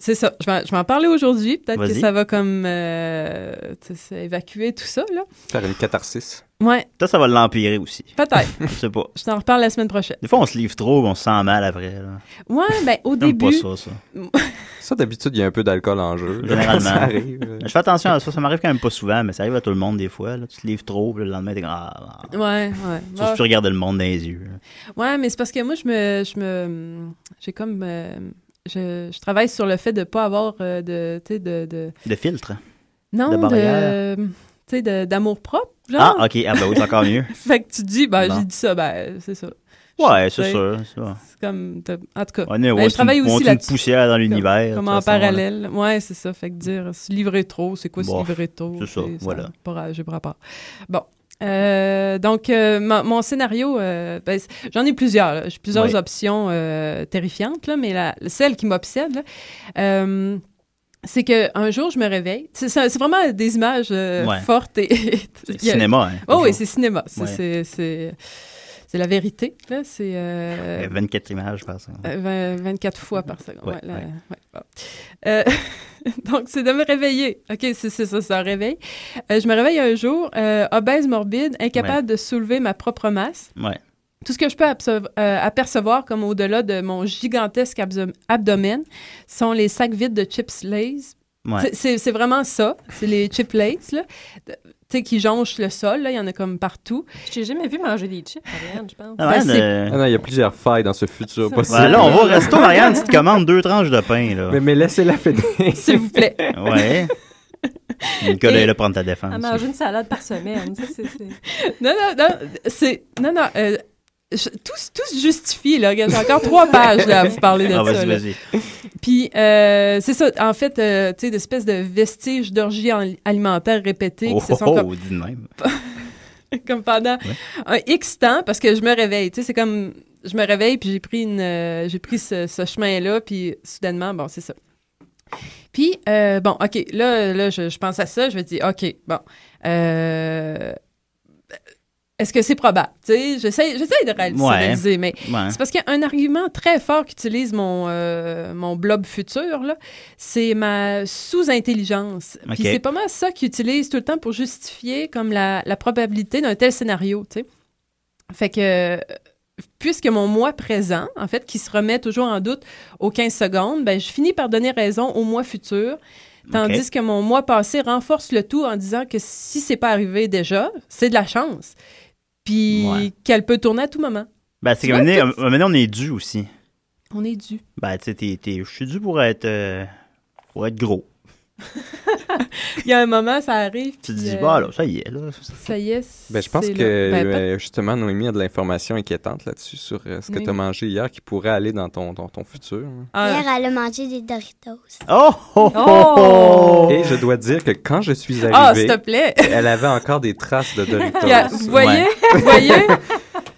[SPEAKER 8] C'est ça. Je vais, je vais en parler aujourd'hui. Peut-être que
[SPEAKER 3] Vas-y.
[SPEAKER 8] ça va comme euh, tu sais, évacuer tout ça. Là.
[SPEAKER 7] Faire une catharsis.
[SPEAKER 8] Ouais,
[SPEAKER 3] Ça, ça va l'empirer aussi.
[SPEAKER 8] peut-être.
[SPEAKER 3] Je sais pas.
[SPEAKER 8] je t'en reparle la semaine prochaine.
[SPEAKER 3] Des fois, on se livre trop, on se sent mal après. Là.
[SPEAKER 8] Ouais, ben, au
[SPEAKER 3] J'aime
[SPEAKER 8] début.
[SPEAKER 3] pas ça, ça.
[SPEAKER 7] Ça, d'habitude, il y a un peu d'alcool en jeu. là,
[SPEAKER 3] Généralement.
[SPEAKER 7] Ça arrive. euh.
[SPEAKER 3] Je fais attention à ça, ça m'arrive quand même pas souvent, mais ça arrive à tout le monde des fois. Là. Tu te livres trop, puis le lendemain, t'es comme. Ah, ah.
[SPEAKER 8] Ouais, ouais.
[SPEAKER 3] Sauf
[SPEAKER 8] Ouais.
[SPEAKER 3] si tu regardes le monde dans les yeux. là.
[SPEAKER 8] Ouais, mais c'est parce que moi, je me. Je me j'ai comme. euh, je, je travaille sur le fait de ne pas avoir euh, de. Tu sais, de, de.
[SPEAKER 3] De filtre.
[SPEAKER 8] Non,
[SPEAKER 3] De
[SPEAKER 8] de.
[SPEAKER 3] barrière.
[SPEAKER 8] tu sais, de- d'amour propre, genre.
[SPEAKER 3] Ah, ok. Ah, ben oui, c'est encore mieux.
[SPEAKER 8] Fait que tu te dis, ben,
[SPEAKER 3] Bon.
[SPEAKER 8] j'ai dit ça, ben, c'est ça.
[SPEAKER 3] Ouais,
[SPEAKER 8] Tu
[SPEAKER 3] c'est
[SPEAKER 8] sais,
[SPEAKER 3] sûr. c'est ça.
[SPEAKER 8] C'est comme. t'as- En tout cas,
[SPEAKER 3] On est
[SPEAKER 8] je travaille aussi
[SPEAKER 3] une
[SPEAKER 8] là-dessus.
[SPEAKER 3] poussière dans l'univers.
[SPEAKER 8] comme
[SPEAKER 3] de
[SPEAKER 8] en
[SPEAKER 3] toute façon, là.
[SPEAKER 8] parallèle. Ouais, c'est ça. Fait que dire, se livrer trop, c'est quoi se
[SPEAKER 3] Bof,
[SPEAKER 8] livrer trop?
[SPEAKER 3] c'est ça, voilà.
[SPEAKER 8] Pas, ra- j'ai pas rapport. Bon. Euh, donc, euh, mon- mon scénario, euh, ben, c'est- j'en ai plusieurs. là. J'ai plusieurs
[SPEAKER 3] Ouais.
[SPEAKER 8] options euh, terrifiantes, là, mais la, celle qui m'obsède, là, euh, c'est qu'un jour, je me réveille. C'est, c'est- c'est vraiment des images euh,
[SPEAKER 3] Ouais.
[SPEAKER 8] fortes et.
[SPEAKER 3] C'est
[SPEAKER 8] il y a-
[SPEAKER 3] Cinéma, hein.
[SPEAKER 8] Oh, oui,
[SPEAKER 3] toujours.
[SPEAKER 8] c'est cinéma. C'est,
[SPEAKER 3] Ouais.
[SPEAKER 8] c'est, c'est, c'est la vérité. Là. C'est, euh,
[SPEAKER 3] Euh, 24 images, je pense. hein.
[SPEAKER 8] euh, vingt- 24 fois par seconde.
[SPEAKER 3] Ouais,
[SPEAKER 8] Ouais, là,
[SPEAKER 3] ouais.
[SPEAKER 8] ouais, bon. Euh, donc, c'est de me réveiller. OK, c'est c'est ça, c'est un réveil. Euh, je me réveille un jour, euh, obèse morbide, incapable de soulever ma propre masse.
[SPEAKER 3] Ouais.
[SPEAKER 8] Tout ce que je peux abso- euh, apercevoir comme au-delà de mon gigantesque abso- abdomen sont les sacs vides de chips Lay's
[SPEAKER 3] Ouais.
[SPEAKER 8] c'est- C'est c'est vraiment ça. C'est les chips Lay's, là, de- tu sais, qui jonchent le sol. Là. Il y en a comme partout.
[SPEAKER 10] Je t'ai jamais vu manger des chips, Ariane, je pense.
[SPEAKER 3] Ah, Marianne,
[SPEAKER 8] ben, c'est-
[SPEAKER 3] euh,
[SPEAKER 7] Ah non, il y a plusieurs failles dans ce futur
[SPEAKER 10] Ça,
[SPEAKER 7] possible.
[SPEAKER 3] ouais, là, on va au resto, Marianne, tu te commandes deux tranches de pain, là.
[SPEAKER 7] Mais, mais laissez-la finir.
[SPEAKER 8] S'il vous plaît.
[SPEAKER 3] Ouais. Nicolas
[SPEAKER 8] Et-
[SPEAKER 3] est là pour prendre ta défense.
[SPEAKER 10] À manger une salade par semaine, ça, c'est... c'est-
[SPEAKER 8] Non, non, non, c'est... Non, non, euh, je- tout, se- tout se justifie, là. Regarde, J'ai encore trois pages, là, à vous parler de
[SPEAKER 3] Ah,
[SPEAKER 8] ça.
[SPEAKER 3] vas-y,
[SPEAKER 8] là.
[SPEAKER 3] vas-y.
[SPEAKER 8] Puis, euh, c'est ça, en fait, euh, tu sais, d'espèces de vestiges d'orgies en- alimentaires répétées
[SPEAKER 3] Oh,
[SPEAKER 8] qui se
[SPEAKER 3] oh,
[SPEAKER 8] sont
[SPEAKER 3] oh,
[SPEAKER 8] comme,
[SPEAKER 3] dis de même.
[SPEAKER 8] comme pendant un X temps, parce que je me réveille, tu sais, c'est comme... Je me réveille, puis j'ai pris, une, euh, j'ai pris ce, ce chemin-là, puis soudainement, bon, c'est ça. Puis, euh, bon, OK, là, là je, je pense à ça, je me dis, OK, bon, euh, est-ce que c'est probable? Tu sais, j'essaie j'essaie de réaliser,
[SPEAKER 3] Ouais.
[SPEAKER 8] réaliser, mais
[SPEAKER 3] Ouais.
[SPEAKER 8] c'est parce qu'il y a un argument très fort qu'utilise mon, euh, mon blob futur, là, c'est ma sous-intelligence. Puis
[SPEAKER 3] Ok.
[SPEAKER 8] c'est pas mal ça qu'il utilise tout le temps pour justifier comme la, la probabilité d'un tel scénario, tu sais. Fait que, euh, puisque mon moi présent, en fait, qui se remet toujours en doute aux 15 secondes, ben, je finis par donner raison au moi futur, tandis que mon moi passé renforce le tout en disant que si c'est pas arrivé déjà, c'est de la chance. Puis
[SPEAKER 3] Ouais.
[SPEAKER 8] qu'elle peut tourner à tout moment.
[SPEAKER 3] Ben, c'est
[SPEAKER 8] Tu
[SPEAKER 3] qu'à un
[SPEAKER 8] vois,
[SPEAKER 3] moment donné, à
[SPEAKER 8] tout-
[SPEAKER 3] un moment donné, on est dû aussi.
[SPEAKER 8] On est dû.
[SPEAKER 3] Ben, tu sais, t'es- t'es- je suis dû pour être, euh, pour être gros.
[SPEAKER 8] Il y a un moment, ça arrive.
[SPEAKER 3] Tu te
[SPEAKER 8] puis,
[SPEAKER 3] dis,
[SPEAKER 8] euh,
[SPEAKER 3] bah là, ça y est, là.
[SPEAKER 8] Ça y est.
[SPEAKER 7] Ben, je pense
[SPEAKER 8] c'est
[SPEAKER 7] que
[SPEAKER 8] là. Ben, peut-
[SPEAKER 7] euh, justement, Noémie a de l'information inquiétante là-dessus sur euh, ce que
[SPEAKER 8] Oui.
[SPEAKER 7] tu as mangé hier qui pourrait aller dans ton, ton, ton futur. hein.
[SPEAKER 8] Ah,
[SPEAKER 5] Hier, elle a mangé des Doritos.
[SPEAKER 3] Oh, oh, oh, oh!
[SPEAKER 8] Oh!
[SPEAKER 7] Et je dois dire que quand je suis
[SPEAKER 8] Ah,
[SPEAKER 7] arrivé,
[SPEAKER 8] s'il te plaît.
[SPEAKER 7] elle avait encore des traces de Doritos.
[SPEAKER 8] Il y a- vous voyez?
[SPEAKER 3] Ouais.
[SPEAKER 8] Vous voyez?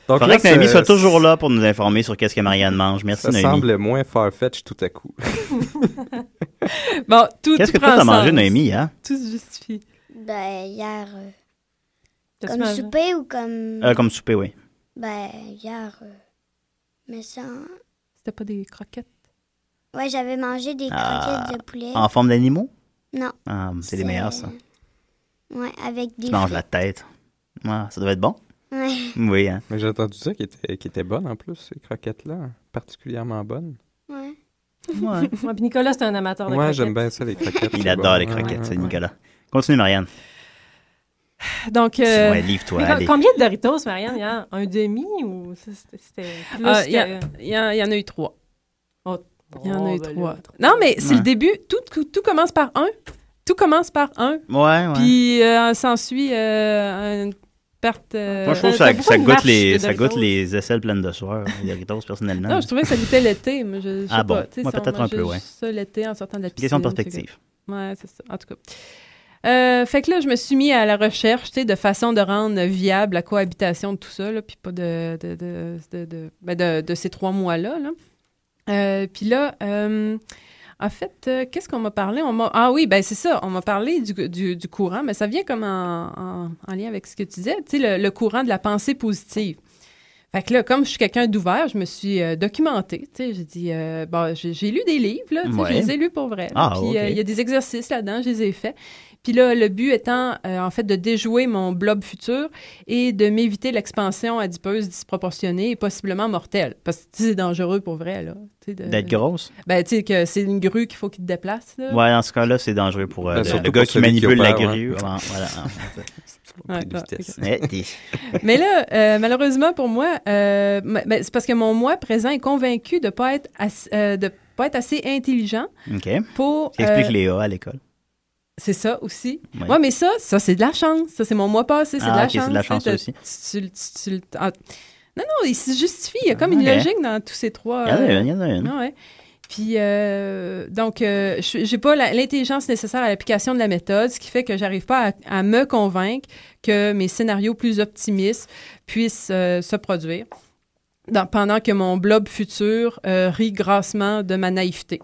[SPEAKER 7] Donc,
[SPEAKER 3] Faudrait
[SPEAKER 7] là,
[SPEAKER 3] que Naomi
[SPEAKER 7] ça-
[SPEAKER 3] soit toujours là pour nous informer sur qu'est-ce que Marianne mange. Merci,
[SPEAKER 7] Ça
[SPEAKER 3] Naomi.
[SPEAKER 7] semble moins farfetch tout à coup.
[SPEAKER 8] Bon, tout
[SPEAKER 3] Qu'est-ce que
[SPEAKER 8] tout
[SPEAKER 3] toi,
[SPEAKER 8] prend
[SPEAKER 3] t'as mangé,
[SPEAKER 8] sens.
[SPEAKER 3] Naomi, hein?
[SPEAKER 8] Tout se justifie.
[SPEAKER 5] Ben, hier, euh,
[SPEAKER 6] T'as-tu
[SPEAKER 5] comme
[SPEAKER 8] hein?
[SPEAKER 6] mangé?
[SPEAKER 5] souper ou comme...
[SPEAKER 3] Euh, comme souper, oui.
[SPEAKER 5] Ben, hier, euh, mais sans...
[SPEAKER 8] C'était pas des croquettes.
[SPEAKER 5] Ouais, j'avais mangé des
[SPEAKER 3] Ah.
[SPEAKER 5] croquettes de poulet.
[SPEAKER 3] En forme d'animaux?
[SPEAKER 5] Non.
[SPEAKER 3] Ah, c'est les meilleurs, ça.
[SPEAKER 5] Ouais, avec des
[SPEAKER 3] Tu manges la
[SPEAKER 5] frites.
[SPEAKER 3] tête. Ah, ça doit être bon.
[SPEAKER 5] Ouais,
[SPEAKER 3] Oui, hein.
[SPEAKER 7] Mais j'ai entendu dire qu'ils étaient, qu'ils étaient bonnes en plus, ces croquettes-là. hein, Particulièrement bonnes.
[SPEAKER 5] ouais.
[SPEAKER 3] Ouais.
[SPEAKER 6] Moi, puis Nicolas, c'est un amateur de
[SPEAKER 7] Moi,
[SPEAKER 6] croquettes.
[SPEAKER 7] j'aime bien ça, les croquettes.
[SPEAKER 3] Il
[SPEAKER 7] c'est
[SPEAKER 3] adore
[SPEAKER 7] bon.
[SPEAKER 3] les
[SPEAKER 7] Ouais,
[SPEAKER 3] croquettes, c'est
[SPEAKER 7] ouais, ouais.
[SPEAKER 3] Nicolas. Continue, Marianne.
[SPEAKER 8] Donc, euh,
[SPEAKER 3] Ouais, livre-toi,
[SPEAKER 6] Mais com-
[SPEAKER 3] allez.
[SPEAKER 6] combien de Doritos, Marianne, hier? Un demi ou ça, c'était- c'était plus
[SPEAKER 8] ah, il y, a-
[SPEAKER 6] que...
[SPEAKER 8] il y a- il y en a eu trois.
[SPEAKER 6] Oh,
[SPEAKER 8] Il y en a eu
[SPEAKER 6] ben là,
[SPEAKER 8] trois.
[SPEAKER 6] trois.
[SPEAKER 8] Non, mais c'est
[SPEAKER 3] Ouais.
[SPEAKER 8] le début. Tout, tout, tout commence par un. Tout commence par un.
[SPEAKER 3] Ouais, ouais.
[SPEAKER 8] Puis euh, s'ensuit euh, une perte. euh,
[SPEAKER 3] Moi, je trouve que
[SPEAKER 6] t'as
[SPEAKER 3] ça,
[SPEAKER 6] beaucoup
[SPEAKER 3] ça
[SPEAKER 6] de
[SPEAKER 3] goûte
[SPEAKER 6] marche,
[SPEAKER 3] les,
[SPEAKER 6] les
[SPEAKER 3] ça goûte
[SPEAKER 6] Doritos.
[SPEAKER 3] les aisselles pleines de sueur, les Doritos, personnellement.
[SPEAKER 8] Non, je trouvais que ça goûtait l'été. mais je- je sais
[SPEAKER 3] Ah bon.
[SPEAKER 8] pas, tu sais,
[SPEAKER 3] Moi,
[SPEAKER 8] si on
[SPEAKER 3] peut-être un
[SPEAKER 8] mangeait
[SPEAKER 3] peu, ouais.
[SPEAKER 8] Ça l'été en sortant de la
[SPEAKER 3] Une
[SPEAKER 8] piscine.
[SPEAKER 3] question de
[SPEAKER 8] c'est que-
[SPEAKER 3] perspective.
[SPEAKER 8] Ouais, c'est ça. En tout cas. Euh, fait que là, je me suis mis à la recherche, tu sais, de façon de rendre viable la cohabitation de tout ça, là, puis pas de, de, de, de, de- ben, de- de ces trois mois-là. là. Euh, puis là, euh, en fait, euh, qu'est-ce qu'on m'a parlé? On m'a- ah oui, ben c'est ça, on m'a parlé du, du, du courant, mais ça vient comme en, en- en lien avec ce que tu disais, tu sais, le, le courant de la pensée positive. Fait que là, comme je suis quelqu'un d'ouvert, je me suis euh, documentée, tu sais, j'ai dit, euh, bon, j'ai j'ai lu des livres, là, tu sais,
[SPEAKER 3] Ouais.
[SPEAKER 8] je les ai lus pour vrai.
[SPEAKER 3] Ah,
[SPEAKER 8] puis euh,
[SPEAKER 3] ok.
[SPEAKER 8] il y a des exercices là-dedans, je les ai faits. Puis là, le but étant, euh, en fait, de déjouer mon blob futur et de m'éviter l'expansion adipeuse disproportionnée et possiblement mortelle. Parce que tu sais, c'est dangereux pour vrai, là. tu sais, de-
[SPEAKER 3] D'être grosse?
[SPEAKER 8] ben, tu sais, que c'est une grue qu'il faut qu'il te déplace. Là.
[SPEAKER 3] Ouais, dans ce cas-là, c'est dangereux pour euh,
[SPEAKER 7] Ben,
[SPEAKER 3] le- le,
[SPEAKER 7] surtout
[SPEAKER 3] gars
[SPEAKER 7] pour
[SPEAKER 3] qui
[SPEAKER 7] celui qui
[SPEAKER 3] manipule la
[SPEAKER 7] opère, hein.
[SPEAKER 3] grue.
[SPEAKER 7] ouais.
[SPEAKER 3] Ouais, voilà.
[SPEAKER 8] Ouais,
[SPEAKER 7] de
[SPEAKER 8] ouais,
[SPEAKER 7] vitesse.
[SPEAKER 3] Ouais, t'es-
[SPEAKER 8] Mais là, euh, malheureusement pour moi, euh, m- ben, c'est parce que mon moi présent est convaincu de pas être ass- euh, de pas être assez intelligent
[SPEAKER 3] OK.
[SPEAKER 8] pour.
[SPEAKER 3] Ça explique
[SPEAKER 8] euh,
[SPEAKER 3] Léa à l'école.
[SPEAKER 8] C'est ça aussi.
[SPEAKER 3] Ouais.
[SPEAKER 8] Ouais. mais ça, ça c'est de la chance. Ça c'est mon mois passé, c'est
[SPEAKER 3] Ah,
[SPEAKER 8] de la
[SPEAKER 3] ok, c'est
[SPEAKER 8] chance.
[SPEAKER 3] de la chance
[SPEAKER 8] tu sais,
[SPEAKER 3] aussi.
[SPEAKER 8] tu- tu- tu- tu le- ah, non, non, il se justifie. Il y a comme
[SPEAKER 3] Ah,
[SPEAKER 8] une
[SPEAKER 3] ouais.
[SPEAKER 8] logique dans tous ces trois.
[SPEAKER 3] Il y en a
[SPEAKER 8] euh,
[SPEAKER 3] une, il y en a une.
[SPEAKER 8] Ah ouais. Puis, euh, donc, euh, je n'ai pas la- l'intelligence nécessaire à l'application de la méthode, ce qui fait que j'arrive pas à, à me convaincre que mes scénarios plus optimistes puissent euh, se produire dans- pendant que mon blob futur euh, rit grassement de ma naïveté.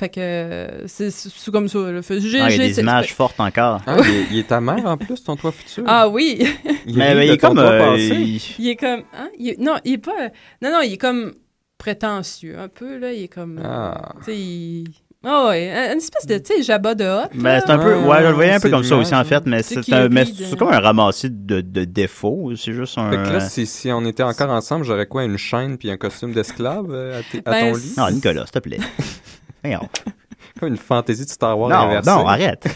[SPEAKER 8] Fait que euh, c'est c'est comme ça. là. Fait- j'ai-
[SPEAKER 3] Ah, il y
[SPEAKER 8] j'ai-
[SPEAKER 3] a des
[SPEAKER 8] c'est-
[SPEAKER 3] images fortes encore.
[SPEAKER 7] Ah, il, est, il est ta mère en plus, ton toit futur.
[SPEAKER 8] Ah oui!
[SPEAKER 7] il
[SPEAKER 3] Mais
[SPEAKER 7] rit
[SPEAKER 3] ben, il
[SPEAKER 7] de
[SPEAKER 3] est
[SPEAKER 7] ton
[SPEAKER 3] comme...
[SPEAKER 7] toit
[SPEAKER 3] euh,
[SPEAKER 7] passé.
[SPEAKER 3] il-
[SPEAKER 8] Il est comme. hein? Il est- non, il est pas. Non, non, il est comme prétentieux un peu, là. Il est comme.
[SPEAKER 7] Ah.
[SPEAKER 8] Tu sais, il. Ah ouais, un- une espèce de, tu sais, jabat de hot.
[SPEAKER 3] Ben, c'est un peu,
[SPEAKER 7] Ah,
[SPEAKER 3] ouais, je le voyais un peu
[SPEAKER 7] c'est
[SPEAKER 3] comme ça
[SPEAKER 7] l'image,
[SPEAKER 3] aussi, en fait, mais
[SPEAKER 8] C'est
[SPEAKER 3] c'est
[SPEAKER 8] qui
[SPEAKER 3] un,
[SPEAKER 8] rit
[SPEAKER 3] mais
[SPEAKER 8] de-
[SPEAKER 3] c'est comme un ramassis de, de défauts, c'est juste un...
[SPEAKER 7] Fait que là, si, si on était encore ensemble, j'aurais quoi Une chaîne puis un costume d'esclave euh, à, t- à
[SPEAKER 8] Ben,
[SPEAKER 7] ton lit
[SPEAKER 3] Non, Nicolas, s'il te plaît. Voyons.
[SPEAKER 7] Comme une fantaisie de Star Wars
[SPEAKER 3] non,
[SPEAKER 7] inversée.
[SPEAKER 3] non, arrête.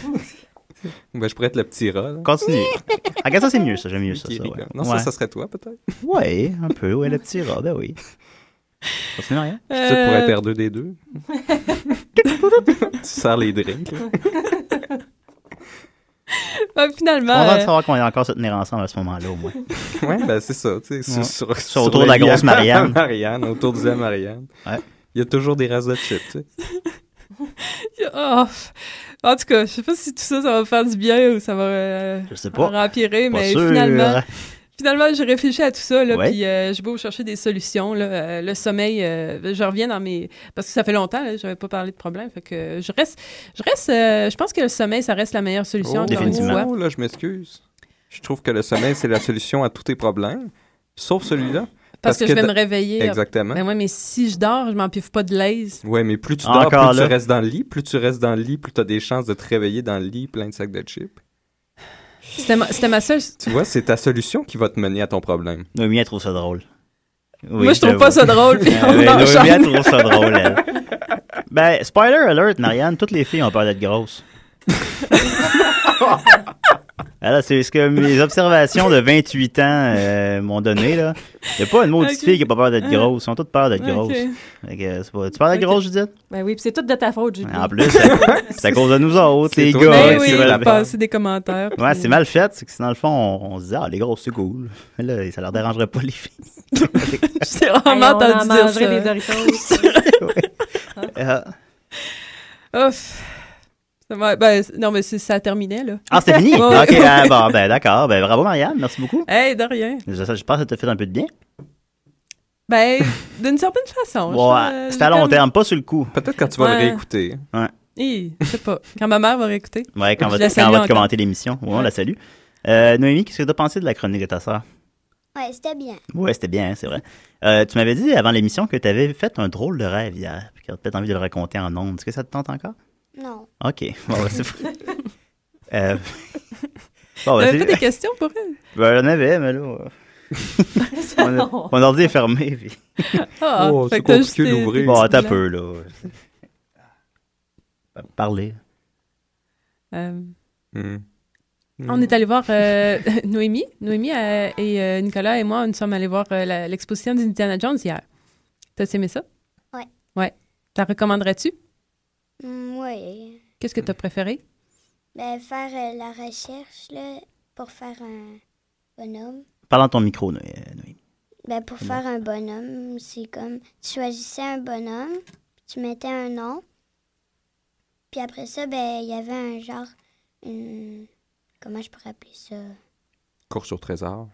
[SPEAKER 7] Ben, je pourrais être le petit rat. là.
[SPEAKER 3] Continue. Ah, Regarde ça, c'est mieux, ça, j'aime mieux ça,
[SPEAKER 7] Qui
[SPEAKER 3] ça,
[SPEAKER 7] rit,
[SPEAKER 3] ouais.
[SPEAKER 7] là. Non,
[SPEAKER 3] Ouais.
[SPEAKER 7] ça, ça serait toi peut-être.
[SPEAKER 8] Euh.
[SPEAKER 3] Ouais, un peu, ouais, le petit rat, ben oui. Continue, rien.
[SPEAKER 7] Tu sais, pour
[SPEAKER 8] Euh,
[SPEAKER 7] être R2 des deux. tu sers les drinks. là.
[SPEAKER 8] ben,
[SPEAKER 3] On
[SPEAKER 8] finalement,
[SPEAKER 3] va
[SPEAKER 8] euh,
[SPEAKER 3] savoir qu'on est encore se tenir ensemble à ce moment-là, au moins.
[SPEAKER 7] Ouais, ben c'est ça, tu sais, sur-
[SPEAKER 3] Ouais.
[SPEAKER 7] sur,
[SPEAKER 3] Sur autour de la
[SPEAKER 7] lit
[SPEAKER 3] grosse
[SPEAKER 7] à-
[SPEAKER 3] Marianne.
[SPEAKER 7] à Marianne, autour du lit à Marianne.
[SPEAKER 3] Ouais.
[SPEAKER 7] Il y a toujours des restes de chips, tu sais.
[SPEAKER 8] oh, en tout cas, je sais pas si tout ça, ça va faire du bien ou ça va euh,
[SPEAKER 3] Je sais pas.
[SPEAKER 8] en empirer,
[SPEAKER 3] Pas
[SPEAKER 8] mais
[SPEAKER 3] sûr. hein.
[SPEAKER 8] finalement, Finalement, j'ai réfléchi à tout ça, là,
[SPEAKER 3] Ouais.
[SPEAKER 8] puis euh, j'ai beau chercher des solutions. Là, euh, le sommeil, euh, je reviens dans mes... Parce que ça fait longtemps, je n'avais pas parlé de problème. Fait que euh, je reste... Je reste euh, je pense que le sommeil, ça reste la meilleure solution.
[SPEAKER 7] Oh,
[SPEAKER 8] encore une
[SPEAKER 3] définitivement.
[SPEAKER 8] fois.
[SPEAKER 7] oh, là, je m'excuse. Je trouve que le sommeil, c'est la solution à tous tes problèmes, sauf celui-là.
[SPEAKER 8] Parce, que, je vais
[SPEAKER 7] da-
[SPEAKER 8] me réveiller.
[SPEAKER 7] Exactement.
[SPEAKER 8] Ben ouais, mais si je dors, je m'empiffe pas de l'aise.
[SPEAKER 7] Ouais, mais plus tu dors,
[SPEAKER 3] Encore
[SPEAKER 7] plus
[SPEAKER 3] là.
[SPEAKER 7] tu restes dans le lit, plus tu restes dans le lit, plus tu as des chances de te réveiller dans le lit plein de sacs de chips.
[SPEAKER 8] C'était ma, c'était ma seule...
[SPEAKER 7] Tu vois, c'est ta solution qui va te mener à ton problème.
[SPEAKER 3] Noémie, elle trouve ça drôle. Oui,
[SPEAKER 8] Moi, je trouve
[SPEAKER 3] te
[SPEAKER 8] pas
[SPEAKER 3] vois.
[SPEAKER 8] ça drôle, puis
[SPEAKER 3] Ah,
[SPEAKER 8] on
[SPEAKER 3] ben, Noémie, elle
[SPEAKER 8] enchaîne.
[SPEAKER 3] trouve ça drôle, elle. Ben, spoiler alert, Marianne, toutes les filles ont peur d'être grosses. Alors, c'est ce que mes observations de 28 ans euh, m'ont donné. là. Il n'y a pas une maudite
[SPEAKER 8] Ok. Ah.
[SPEAKER 3] fille qui n'a pas peur d'être grosse. Ils ont toutes peur d'être
[SPEAKER 8] Ok.
[SPEAKER 3] grosses. Fait que c'est pas- Tu parles d'être
[SPEAKER 6] Ok.
[SPEAKER 3] grosse, Judith?
[SPEAKER 6] Ben oui, puis c'est tout de ta faute, Julie.
[SPEAKER 3] En plus, c'est à cause de nous autres,
[SPEAKER 7] C'est
[SPEAKER 3] les
[SPEAKER 7] toi,
[SPEAKER 3] gars.
[SPEAKER 7] Ouais,
[SPEAKER 8] Ben
[SPEAKER 7] c'est
[SPEAKER 8] oui,
[SPEAKER 7] vrai, la
[SPEAKER 8] il passer des commentaires.
[SPEAKER 3] Ouais,
[SPEAKER 8] puis-
[SPEAKER 3] c'est mal fait, c'est que dans le fond, on, on se dit, ah, les grosses, c'est cool. Mais là, ça leur dérangerait pas, les filles.
[SPEAKER 8] J'ai
[SPEAKER 6] Hey,
[SPEAKER 8] vraiment
[SPEAKER 6] on en
[SPEAKER 8] entendu dire
[SPEAKER 6] mangerait des
[SPEAKER 8] ça.
[SPEAKER 6] Doritos.
[SPEAKER 3] Euh,
[SPEAKER 8] Ouf. Ça m'a- ben, c'est- non, mais c'est- ça terminait, là.
[SPEAKER 3] Ah, c'est fini?
[SPEAKER 8] Ouais.
[SPEAKER 3] ok, ah, bon, ben, d'accord. Ben, bravo, Marianne, merci beaucoup.
[SPEAKER 8] Hey, de rien.
[SPEAKER 3] Je, je pense que ça t'a fait un peu de bien.
[SPEAKER 8] Ben, d'une certaine façon.
[SPEAKER 3] Ouais,
[SPEAKER 8] je-
[SPEAKER 3] c'était à
[SPEAKER 8] j'ai
[SPEAKER 3] long
[SPEAKER 8] comme-
[SPEAKER 3] terme, pas sur le coup.
[SPEAKER 7] Peut-être quand tu vas
[SPEAKER 8] Ouais.
[SPEAKER 7] le réécouter.
[SPEAKER 8] Hi, je sais pas. Quand ma mère va réécouter.
[SPEAKER 3] Ouais, quand on
[SPEAKER 8] Je
[SPEAKER 3] va,
[SPEAKER 8] la
[SPEAKER 3] te- quand on
[SPEAKER 8] salue
[SPEAKER 3] va te
[SPEAKER 8] encore.
[SPEAKER 3] commenter l'émission. Ouais, on la salue. Euh, Noémie, qu'est-ce que t'as pensé de la chronique de ta sœur?
[SPEAKER 5] Ouais, c'était bien.
[SPEAKER 3] Ouais, c'était bien, hein, c'est vrai. Euh, tu m'avais dit avant l'émission que t'avais fait un drôle de rêve hier, puis que t'as peut-être envie de le raconter en ondes. Est-ce que ça te tente encore?
[SPEAKER 5] Non.
[SPEAKER 3] Ok, bon, ouais, c'est vrai. Euh, Bon,
[SPEAKER 8] T'avais
[SPEAKER 3] vas-y.
[SPEAKER 8] pas des questions pour elle?
[SPEAKER 3] Ben, j'en avais, mais là. euh, mon, mon ordi est fermé. Puis...
[SPEAKER 8] Ah,
[SPEAKER 7] Oh,
[SPEAKER 8] fait
[SPEAKER 7] c'est
[SPEAKER 8] que t'as
[SPEAKER 7] compliqué
[SPEAKER 8] juste des-
[SPEAKER 7] d'ouvrir.
[SPEAKER 8] des
[SPEAKER 3] Bon,
[SPEAKER 8] petits
[SPEAKER 3] attends un
[SPEAKER 8] blancs.
[SPEAKER 3] peu, là. Ben, Parler.
[SPEAKER 8] Euh,
[SPEAKER 7] Hmm.
[SPEAKER 8] on est allé voir euh, Noémie. Noémie euh, et euh, Nicolas et moi, nous sommes allés voir euh, la- l'exposition d'Indiana Jones hier. T'as aimé ça?
[SPEAKER 5] Ouais.
[SPEAKER 8] Ouais. T'en recommanderais-tu?
[SPEAKER 5] Hmm, ouais.
[SPEAKER 8] Qu'est-ce que t'as préféré?
[SPEAKER 5] Ben, faire euh, la recherche, là, pour faire un bonhomme.
[SPEAKER 3] Parle dans ton micro, Noé- euh, Noémie.
[SPEAKER 5] Ben, pour faire un bonhomme, c'est comme tu choisissais un bonhomme, puis tu mettais un nom, puis après ça, ben, il y avait un genre, une... comment je pourrais appeler ça?
[SPEAKER 7] Course au trésor.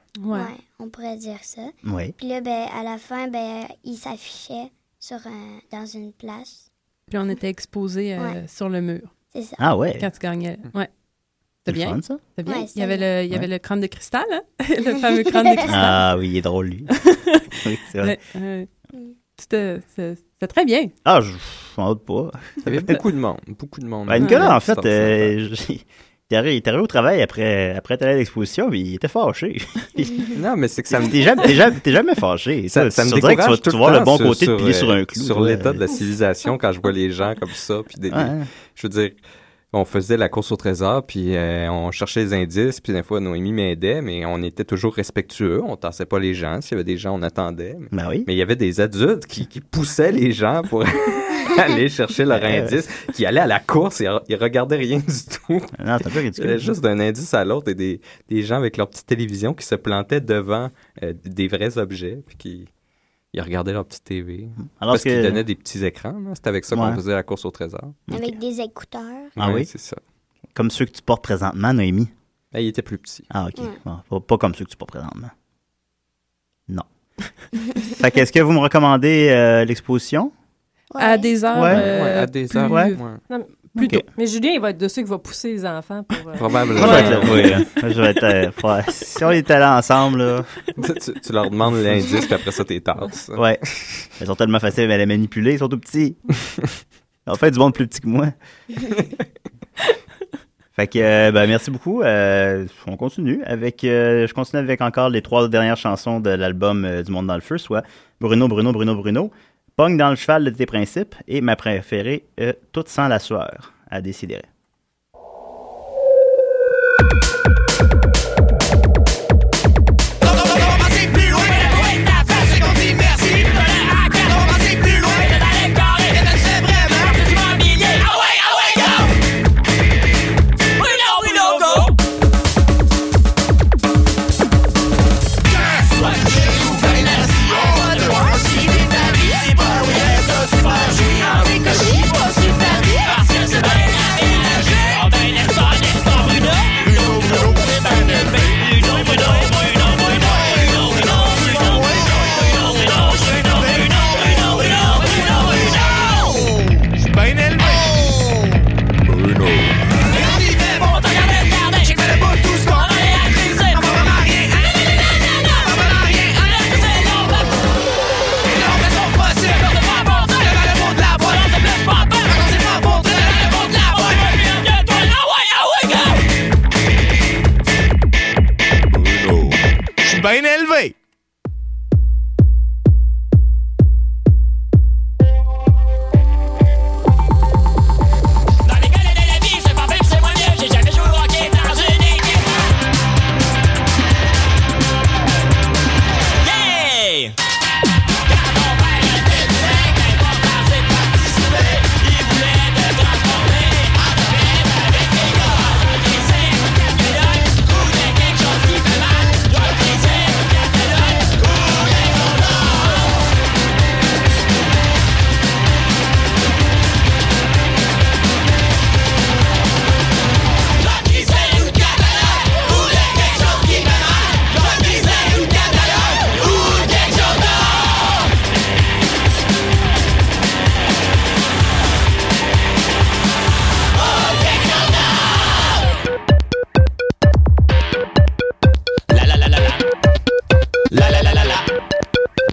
[SPEAKER 5] on pourrait dire ça.
[SPEAKER 3] Oui.
[SPEAKER 5] Puis là, ben, à la fin, ben, il s'affichait sur un- dans une place.
[SPEAKER 8] Puis on était exposés euh,
[SPEAKER 5] Ouais.
[SPEAKER 8] sur le mur
[SPEAKER 5] C'est ça.
[SPEAKER 3] Ah ouais.
[SPEAKER 8] quand tu gagnais. Ouais.
[SPEAKER 3] C'est
[SPEAKER 8] C'était
[SPEAKER 3] le
[SPEAKER 8] bien.
[SPEAKER 3] fun, ça?
[SPEAKER 8] C'était bien.
[SPEAKER 5] Ouais,
[SPEAKER 8] il y avait,
[SPEAKER 5] c'était
[SPEAKER 8] le, il y
[SPEAKER 3] Ouais.
[SPEAKER 8] avait le crâne de cristal, hein? le fameux crâne de cristal.
[SPEAKER 3] Ah oui, il est drôle, lui. Oui, c'est vrai.
[SPEAKER 8] Ouais, ouais. C'était c'était- c'était très bien.
[SPEAKER 3] Ah, je je m'en doute pas.
[SPEAKER 7] Il y avait beaucoup de monde. Beaucoup de monde.
[SPEAKER 3] Ben, Nicolas, en
[SPEAKER 7] Mm, C'est
[SPEAKER 3] fait, euh, je- il est arri- il est arrivé au travail après, après être allé à l'exposition, mais il était fâché.
[SPEAKER 7] Non, mais c'est que ça me
[SPEAKER 3] T'es jamais, t'es jamais, t'es jamais fâché.
[SPEAKER 7] Ça, ça me
[SPEAKER 3] Tu dirais que tu vas
[SPEAKER 7] décourage
[SPEAKER 3] tu vas
[SPEAKER 7] tout
[SPEAKER 3] voir le
[SPEAKER 7] temps
[SPEAKER 3] bon
[SPEAKER 7] sur-
[SPEAKER 3] côté de plier sur
[SPEAKER 7] euh,
[SPEAKER 3] un clou.
[SPEAKER 7] Sur
[SPEAKER 3] toi.
[SPEAKER 7] l'état de la civilisation, quand je vois les gens comme ça, puis des,
[SPEAKER 3] Ouais.
[SPEAKER 7] je veux dire, on faisait la course au trésor, puis euh, on cherchait les indices, puis des fois, Noémie m'aidait, mais on était toujours respectueux, on tassait pas les gens, s'il y avait des gens, on attendait. Mais-
[SPEAKER 3] Ben oui.
[SPEAKER 7] Mais il y avait des adultes qui, qui poussaient les gens pour aller chercher leur
[SPEAKER 3] Ouais.
[SPEAKER 7] indice, qui allaient à la course, et ils regardaient rien du tout.
[SPEAKER 3] Non, c'est un peu ridicule.
[SPEAKER 7] C'était juste d'un indice à l'autre et des, des gens avec leur petite télévision qui se plantaient devant euh, des vrais objets, puis qui ils regardaient leur petite TV.
[SPEAKER 3] Alors
[SPEAKER 7] parce
[SPEAKER 3] que-
[SPEAKER 7] qu'ils donnaient des petits écrans. là. C'était avec ça
[SPEAKER 3] Ouais.
[SPEAKER 7] qu'on faisait la course au trésor.
[SPEAKER 5] Avec des écouteurs.
[SPEAKER 3] Ah
[SPEAKER 7] Ouais,
[SPEAKER 3] oui?
[SPEAKER 7] C'est ça.
[SPEAKER 3] Comme ceux que tu portes présentement, Noémie.
[SPEAKER 7] Et il était plus petit.
[SPEAKER 3] Ah, ok.
[SPEAKER 5] Ouais.
[SPEAKER 3] Bon, pas, pas comme ceux que tu portes présentement. Non. fait que, est-ce que vous me recommandez euh, l'exposition?
[SPEAKER 5] Ouais.
[SPEAKER 8] À des heures.
[SPEAKER 3] Ouais,
[SPEAKER 8] euh,
[SPEAKER 7] Ouais, à des
[SPEAKER 8] plus-
[SPEAKER 7] heures.
[SPEAKER 3] ouais.
[SPEAKER 8] Plus
[SPEAKER 3] Ok.
[SPEAKER 8] tôt.
[SPEAKER 6] Mais Julien, il va être de ceux qui va pousser les enfants pour. euh,
[SPEAKER 7] Probablement.
[SPEAKER 3] Moi, je vais être là, oui, hein. Moi, je vais être, euh, ouais, si on était là ensemble, là,
[SPEAKER 7] tu, tu leur demandes l'indice, puis après ça, t'es tasses.
[SPEAKER 3] ouais. Elles sont tellement faciles à les manipuler, ils sont tout petits. en fait, du monde plus petit que moi. fait que, euh, ben, merci beaucoup. Euh, on continue avec, euh, je continue avec encore les trois dernières chansons de l'album euh, Du Monde dans le Feu, soit Bruno, Bruno, Bruno, Bruno, Pogne dans le cheval de tes principes et ma préférée, euh, Toute sans la sueur, à décider.
[SPEAKER 4] C'est pas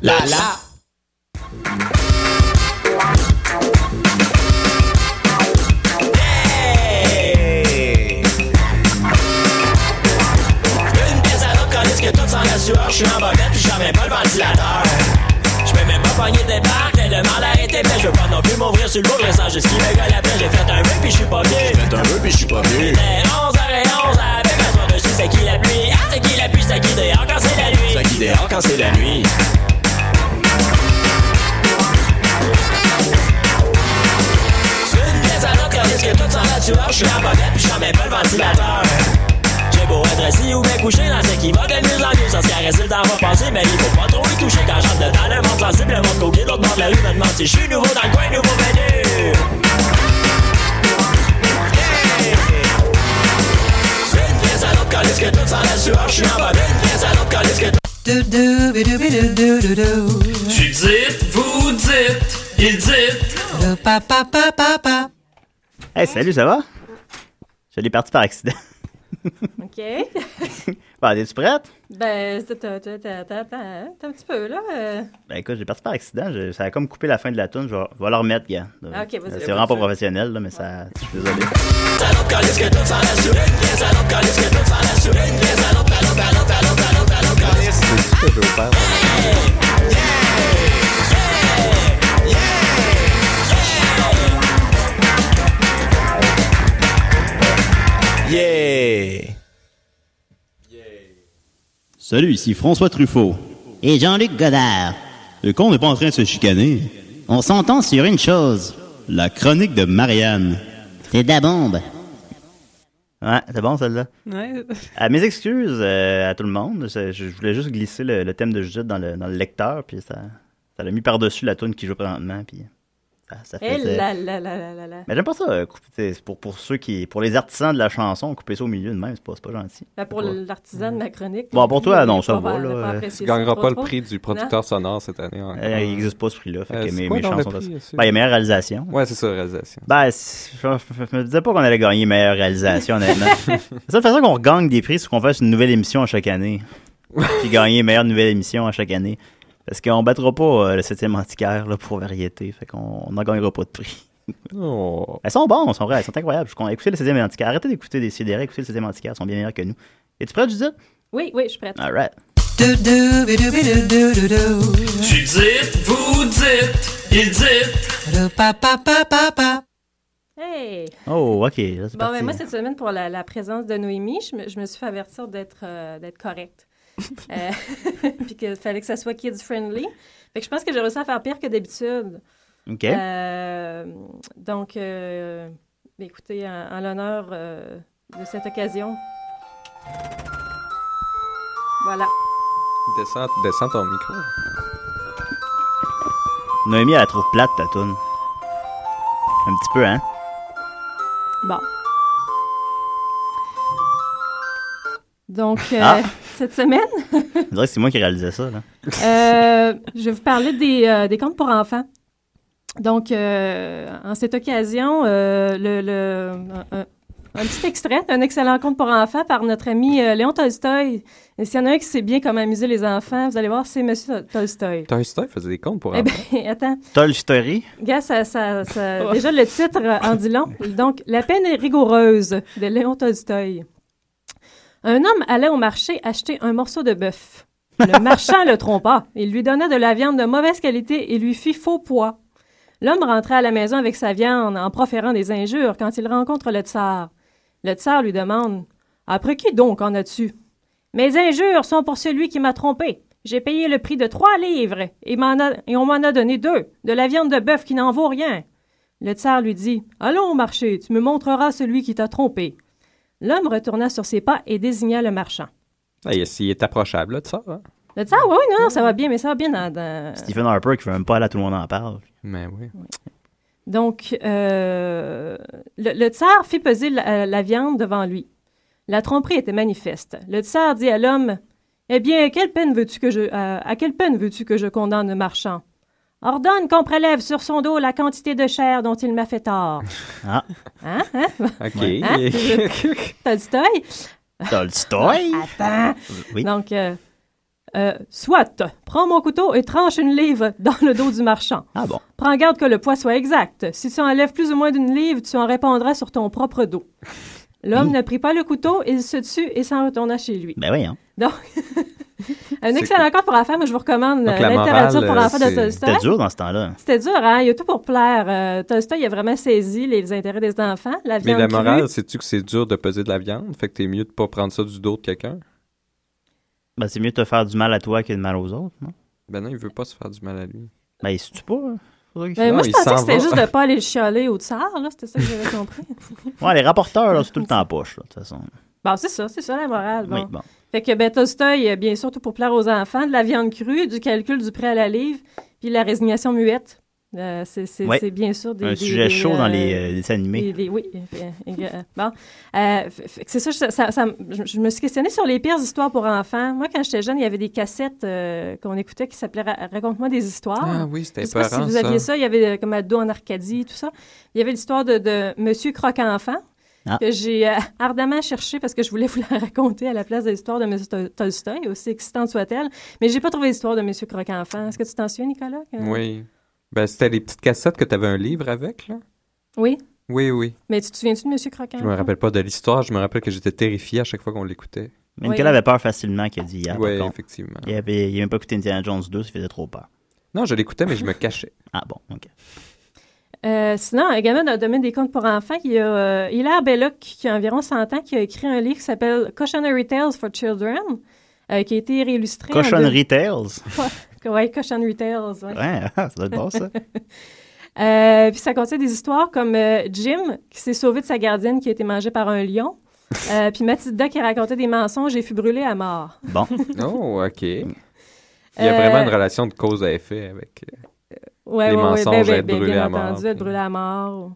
[SPEAKER 9] la. Hey! Une pièce à l'autre, tandis que tout sent la sueur, je suis en bobette, puis j'en mets pas le ventilateur. Je peux même pas pogner des barres, tellement l'air était mais je veux pas non plus m'ouvrir sur le bout, je sens juste qu'il me gueule après, j'ai fait un vœu, puis je suis pas venu.
[SPEAKER 11] T'es un peu, puis je suis pas
[SPEAKER 9] Il
[SPEAKER 11] mieux.
[SPEAKER 9] était 11h11 avec un soir dessus, c'est qui la pluie? Ah, c'est qui la pluie, c'est qui dehors quand c'est la nuit?
[SPEAKER 11] Ça qui dehors quand c'est la nuit.
[SPEAKER 9] Une pièce à l'autre, tandis que tout sent la sueur, je suis en bobette, puis j'en mets pas le ventilateur. J'ai beau être assis ou bien couché dans ce qui va de mieux en mieux, sans se caresser, le temps va passer, mais il faut pas trop y toucher quand j'entre dedans le monde sensible, le monde coquille, l'autre bord de la rue me demande si je suis nouveau dans le coin, nouveau venu. Hey! Une pièce à l'autre, tandis que tout sent la sueur, je suis en bobette, une pièce à l'autre, tandis que tout
[SPEAKER 4] Tu dites, vous dites, ils dites.
[SPEAKER 3] Hey, salut, ça va? Je l'ai parti par accident.
[SPEAKER 8] OK.
[SPEAKER 3] Bon, es-tu prête?
[SPEAKER 8] Ben, c'est- t'as- t'as- t'as- t'as- t'as- hein, t'as un petit peu, là. euh.
[SPEAKER 3] Ben écoute, j'ai parti par accident. je- ça a comme coupé la fin de la tune. Je vais, je vais le remettre, gars. Euh,
[SPEAKER 8] Ah, ok, vas-y.
[SPEAKER 3] C'est vraiment pas professionnel, là, mais ça. Je suis désolé.
[SPEAKER 11] Yeah!
[SPEAKER 12] Salut, ici François Truffaut.
[SPEAKER 13] Et Jean-Luc Godard,
[SPEAKER 12] Et qu'on n'est pas en train de se chicaner.
[SPEAKER 13] on s'entend sur une chose,
[SPEAKER 12] La chronique de Marianne.
[SPEAKER 13] c'est de la bombe.
[SPEAKER 3] Ouais, c'est bon, celle-là.
[SPEAKER 6] Ouais.
[SPEAKER 3] À mes excuses euh, à tout le monde. Je, je voulais juste glisser le, le thème de Judith dans le, dans le lecteur, puis ça ça l'a mis par-dessus la tune qui joue présentement, puis ça, ça
[SPEAKER 8] Eh
[SPEAKER 3] fait.
[SPEAKER 8] là là là là là là.
[SPEAKER 3] Mais j'aime pas ça, euh, couper, t'sais, c'est pour, pour ceux qui. Pour les artisans de la chanson, couper ça au milieu de même, c'est pas, c'est pas gentil.
[SPEAKER 8] Ben, pour l'artisan de ma chronique.
[SPEAKER 3] Bon, pour toi,
[SPEAKER 8] il
[SPEAKER 3] non,
[SPEAKER 8] est
[SPEAKER 3] ça
[SPEAKER 8] pas
[SPEAKER 3] va,
[SPEAKER 8] vers-
[SPEAKER 3] là,
[SPEAKER 8] pas
[SPEAKER 3] euh,
[SPEAKER 8] apprécié
[SPEAKER 7] Tu gagneras
[SPEAKER 8] trop,
[SPEAKER 7] pas le
[SPEAKER 8] trop.
[SPEAKER 7] prix du producteur sonore cette année. encore.
[SPEAKER 3] Euh, il n'existe pas ce prix-là. Fait
[SPEAKER 7] Euh,
[SPEAKER 3] que
[SPEAKER 7] c'est
[SPEAKER 3] mes,
[SPEAKER 7] quoi
[SPEAKER 3] mes
[SPEAKER 7] donc le
[SPEAKER 3] chansons.
[SPEAKER 7] prix,
[SPEAKER 3] restent-
[SPEAKER 7] c'est-
[SPEAKER 3] Ben, il y a meilleure réalisation.
[SPEAKER 7] Ouais, c'est ça, réalisation.
[SPEAKER 3] Ben, c'est- je, je- je me disais pas qu'on allait gagner meilleure réalisation, honnêtement. La seule façon qu'on gagne des prix, c'est qu'on fasse une nouvelle émission à chaque année. Puis gagner meilleure nouvelle émission à chaque année. Parce qu'on battra pas euh, le 7e antiquaire là, pour variété. Fait qu'on on n'en gagnera pas de prix.
[SPEAKER 7] Oh.
[SPEAKER 3] Elles sont bonnes, elles sont, vraies, elles sont incroyables. Je- qu'on- Écoutez le 16e antiquaire. Arrêtez d'écouter des CDR, écoutez le 16e antiquaire. Ils sont bien meilleurs que nous. Es-tu prêt, Judith?
[SPEAKER 8] Oui, oui, je suis prête.
[SPEAKER 3] Alright.
[SPEAKER 4] Tu dites, vous dites, ils dites.
[SPEAKER 8] Hey!
[SPEAKER 3] Oh, OK. Là, c'est
[SPEAKER 8] Bon,
[SPEAKER 3] parti.
[SPEAKER 8] ben, moi, cette semaine, pour la, la présence de Noémie, je me, je me suis fait avertir d'être euh, d'être correcte. Euh, puis qu'il fallait que ça soit kids-friendly. Fait que je pense que j'ai réussi à faire pire que d'habitude.
[SPEAKER 3] OK.
[SPEAKER 8] Euh, donc, euh, écoutez, en, en l'honneur euh, de cette occasion. Voilà.
[SPEAKER 7] Descends, descends ton micro.
[SPEAKER 3] Noémie, elle la trouve plate, ta toune. Un petit peu, hein?
[SPEAKER 8] Bon. Donc, euh,
[SPEAKER 3] Ah.
[SPEAKER 8] cette semaine,
[SPEAKER 3] On dirait que c'est moi qui réalisais ça, là.
[SPEAKER 8] Euh, je vais vous parler des, euh, des contes pour enfants. Donc, euh, en cette occasion, euh, le, le- un, un- un petit extrait d'un excellent conte pour enfants par notre ami euh, Léon Tolstoï. Et s'il y en a un qui sait bien comment amuser les enfants, vous allez voir, c'est Monsieur Tol- Tolstoï.
[SPEAKER 7] Toy Story faisait des comptes pour
[SPEAKER 8] Eh
[SPEAKER 7] enfants.
[SPEAKER 8] bien, attends,
[SPEAKER 3] Tolstoy.
[SPEAKER 8] gars, ça, ça- ça- déjà le titre euh, en dit long. Donc, La peine est rigoureuse de Léon Tolstoï. Un homme allait au marché acheter un morceau de bœuf. Le marchand le trompa. Il lui donna de la viande de mauvaise qualité et lui fit faux poids. L'homme rentra à la maison avec sa viande en proférant des injures quand il rencontre le tsar. Le tsar lui demande Après qui donc en as-tu Mes injures sont pour celui qui m'a trompé. J'ai payé le prix de trois livres et, m'en a- et on m'en a donné deux, de la viande de bœuf qui n'en vaut rien. Le tsar lui dit Allons au marché, tu me montreras celui qui t'a trompé. L'homme retourna sur ses pas et désigna le marchand.
[SPEAKER 7] Ah, il, est- il est approchable, là, de ça. Hein?
[SPEAKER 8] Le tsar, oui, oui, non, non, ça va bien, mais ça va bien dans. dans-
[SPEAKER 3] Stephen Harper qui veut même pas aller à tout le monde en parle.
[SPEAKER 7] Mais oui.
[SPEAKER 8] Donc, euh, le, le tsar fit peser la, la viande devant lui. La tromperie était manifeste. Le tsar dit à l'homme Eh bien, quelle peine veux-tu que je, à- à quelle peine veux-tu que je condamne le marchand Ordonne qu'on prélève sur son dos la quantité de chair dont il m'a fait tort.
[SPEAKER 3] Ah.
[SPEAKER 8] Hein? Hein?
[SPEAKER 7] OK.
[SPEAKER 8] Hein? Tolstoï?
[SPEAKER 3] Tolstoy?
[SPEAKER 8] Attends.
[SPEAKER 3] Oui.
[SPEAKER 8] Donc, euh, Euh, soit, prends mon couteau et tranche une livre dans le dos du marchand.
[SPEAKER 3] Ah bon.
[SPEAKER 8] Prends garde que le poids soit exact. Si tu enlèves plus ou moins d'une livre, tu en répandras sur ton propre dos.
[SPEAKER 3] Hmm.
[SPEAKER 8] L'homme ne prit pas le couteau, il se tut et s'en retourna chez lui.
[SPEAKER 3] Ben oui, hein.
[SPEAKER 8] Donc, un excellent encore pour affaires. Moi, je vous recommande
[SPEAKER 3] Donc,
[SPEAKER 8] euh,
[SPEAKER 3] la
[SPEAKER 8] la littérature
[SPEAKER 3] morale,
[SPEAKER 8] pour
[SPEAKER 3] euh,
[SPEAKER 8] enfants de
[SPEAKER 3] c'est-
[SPEAKER 8] Tolstoy.
[SPEAKER 3] c'était dur dans ce temps-là.
[SPEAKER 8] C'était dur, hein? Il y a tout pour plaire. Euh, Tolstoy, il a vraiment saisi les intérêts des enfants. La
[SPEAKER 7] Mais
[SPEAKER 8] viande
[SPEAKER 7] la
[SPEAKER 8] crue.
[SPEAKER 7] morale, c'est-tu que c'est dur de peser de la viande? Fait que t'es mieux de pas prendre ça du dos de quelqu'un?
[SPEAKER 3] Ben, c'est mieux de te faire du mal à toi que de mal aux autres, non?
[SPEAKER 7] Ben non, il veut pas se faire du mal à lui.
[SPEAKER 3] Ben, il se tue pas. hein?
[SPEAKER 8] Ben,
[SPEAKER 7] Non,
[SPEAKER 8] moi, je
[SPEAKER 7] il
[SPEAKER 8] pensais
[SPEAKER 7] s'en
[SPEAKER 8] que c'était
[SPEAKER 7] va.
[SPEAKER 8] juste de pas aller le chialer au tsar, là. C'était ça que j'avais compris.
[SPEAKER 3] Ouais, les rapporteurs, là, c'est tout le temps en poche, là, de toute façon.
[SPEAKER 8] Bon, c'est ça, c'est ça la morale. Bon.
[SPEAKER 3] Oui, bon.
[SPEAKER 8] Fait que ben, Tolstoï, euh, bien sûr, tout pour plaire aux enfants, de la viande crue, du calcul du prêt à la livre, puis la résignation muette. Euh, c'est c'est-
[SPEAKER 3] Ouais.
[SPEAKER 8] c'est bien sûr des.
[SPEAKER 3] Un
[SPEAKER 8] des-
[SPEAKER 3] sujet
[SPEAKER 8] des,
[SPEAKER 3] chaud dans
[SPEAKER 8] euh,
[SPEAKER 3] les euh, dessins
[SPEAKER 8] des-
[SPEAKER 3] animés.
[SPEAKER 8] des- oui. euh, euh, bon. Euh, fait- fait que c'est ça, je- ça- ça- je, je me suis questionnée sur les pires histoires pour enfants. Moi, quand j'étais jeune, il y avait des cassettes euh, qu'on écoutait qui s'appelaient Ra- Raconte-moi des histoires.
[SPEAKER 7] Ah oui, c'était
[SPEAKER 8] Je sais pas si
[SPEAKER 7] épeurant,
[SPEAKER 8] vous aviez
[SPEAKER 7] ça.
[SPEAKER 8] ça. Il y avait euh, comme Ado en Arcadie, tout ça. Il y avait l'histoire de, de Monsieur Croque-Enfant
[SPEAKER 3] Ah.
[SPEAKER 8] que j'ai euh, ardemment cherché parce que je voulais vous la raconter à la place de l'histoire de Monsieur Tol- Tolstoï, aussi excitante soit-elle. Mais j'ai pas trouvé l'histoire de Monsieur Croque-Enfant. Est-ce que tu t'en souviens, Nicolas? que-
[SPEAKER 7] Oui. Ben, c'était les petites cassettes que t'avais un livre avec, là?
[SPEAKER 8] Oui?
[SPEAKER 7] Oui, oui.
[SPEAKER 8] Mais tu te souviens-tu de Monsieur Croque-Enfant?
[SPEAKER 7] Je me rappelle pas de l'histoire, je me rappelle que j'étais terrifié à chaque fois qu'on l'écoutait.
[SPEAKER 3] Mais Nicolas avait peur facilement qu'il a dit
[SPEAKER 8] Ah,
[SPEAKER 3] hier. par
[SPEAKER 7] Ouais,
[SPEAKER 3] contre.
[SPEAKER 7] effectivement.
[SPEAKER 3] Il avait, il a même pas écouté Indiana Jones 2, ça faisait trop peur.
[SPEAKER 7] Non, je l'écoutais, mais je me cachais.
[SPEAKER 3] Ah bon, ok.
[SPEAKER 8] Euh, sinon, également dans le domaine des contes pour enfants, il y a euh, Hilaire Belloc, qui a environ 100 ans, qui a écrit un livre qui s'appelle Cautionary Tales for Children, euh, qui a été réillustré. en
[SPEAKER 3] Cochonnerie Tales.
[SPEAKER 8] deux- Ouais, Cautionary Tales. ouais.
[SPEAKER 3] Ouais, ah, ça doit être bon, ça.
[SPEAKER 8] Euh, puis ça contient des histoires comme euh, Jim, qui s'est sauvé de sa gardienne qui a été mangée par un lion. Euh, puis Mathilda qui racontait des mensonges et fut brûlée à mort.
[SPEAKER 3] Bon.
[SPEAKER 7] oh, OK.
[SPEAKER 8] Euh,
[SPEAKER 7] Il y a vraiment une relation de cause à effet avec. euh,
[SPEAKER 8] Ouais,
[SPEAKER 7] Les
[SPEAKER 8] ouais, ouais,
[SPEAKER 7] mensonges
[SPEAKER 8] ben, ben,
[SPEAKER 7] à être
[SPEAKER 8] ben,
[SPEAKER 7] brûlé
[SPEAKER 8] bien
[SPEAKER 7] à mort,
[SPEAKER 8] entendu, être brûlé à mort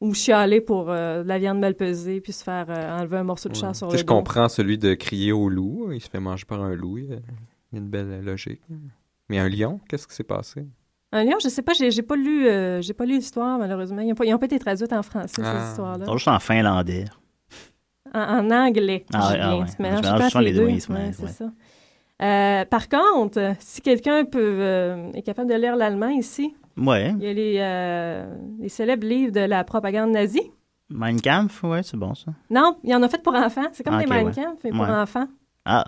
[SPEAKER 8] ou, ou chialer pour euh, de la viande mal pesée puis se faire euh, enlever un morceau de chair sur
[SPEAKER 7] Tu
[SPEAKER 8] le
[SPEAKER 7] sais, je
[SPEAKER 8] dos.
[SPEAKER 7] comprends celui de crier au loup. hein. Il se fait manger par un loup. Il y a il y a une belle logique. Mais un lion, qu'est-ce qui s'est passé?
[SPEAKER 8] Un lion, je sais pas, j'ai j'ai pas lu, euh, j'ai pas lu l'histoire malheureusement. Ils n'ont pas, ils ont pas été traduites en français ces
[SPEAKER 7] Ah.
[SPEAKER 8] histoires-là.
[SPEAKER 3] Ils sont juste en finlandais.
[SPEAKER 8] En, en anglais.
[SPEAKER 3] Ah
[SPEAKER 8] Ah,
[SPEAKER 3] ouais, ah ouais.
[SPEAKER 8] Tu mélanges
[SPEAKER 3] Je mélange
[SPEAKER 8] pas
[SPEAKER 3] souvent
[SPEAKER 8] entre
[SPEAKER 3] les
[SPEAKER 8] les deux.
[SPEAKER 3] deux, ils se
[SPEAKER 8] Ouais,
[SPEAKER 3] mêlent,
[SPEAKER 8] c'est
[SPEAKER 3] ouais.
[SPEAKER 8] ça. Euh, par contre, euh, si quelqu'un peut, euh, est capable de lire l'allemand ici,
[SPEAKER 3] Ouais.
[SPEAKER 8] il y a les, euh, les célèbres livres de la propagande nazie.
[SPEAKER 3] Mein Kampf, ouais, c'est bon, ça.
[SPEAKER 8] Non, il y en a fait pour enfants. C'est comme
[SPEAKER 3] Ah,
[SPEAKER 8] des
[SPEAKER 3] ok,
[SPEAKER 8] Mein
[SPEAKER 3] ouais.
[SPEAKER 8] Kampf, mais pour
[SPEAKER 3] Ouais.
[SPEAKER 8] enfants.
[SPEAKER 3] Ah,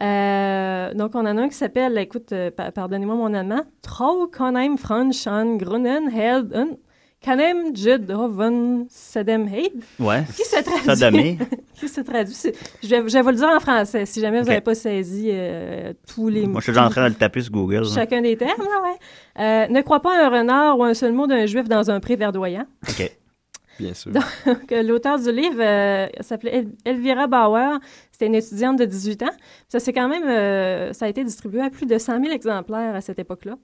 [SPEAKER 8] Euh, donc, on en a un qui s'appelle, écoute, euh, pa- pardonnez-moi mon allemand, Trau Konem Franschan Grunen Helden Kanem Judhoven Sedemheid.
[SPEAKER 3] ouais.
[SPEAKER 8] Qui se traduit?
[SPEAKER 3] Sodomé.
[SPEAKER 8] Qui se traduit? C'est- Je vais, je vais vous le dire en français, si jamais vous
[SPEAKER 3] Ok.
[SPEAKER 8] n'avez pas saisi euh, tous les
[SPEAKER 3] Moi, je suis déjà en hein. train de le taper sur Google. là.
[SPEAKER 8] Chacun des termes, là, ouais. Euh, ne crois pas un renard ou un seul mot d'un juif dans un pré verdoyant.
[SPEAKER 3] OK.
[SPEAKER 7] Bien sûr.
[SPEAKER 8] Donc, euh, l'auteur du livre euh, s'appelait El- Elvira Bauer. C'était une étudiante de 18 ans. Ça, c'est quand même, euh, ça a été distribué à plus de 100 000 exemplaires à cette époque-là.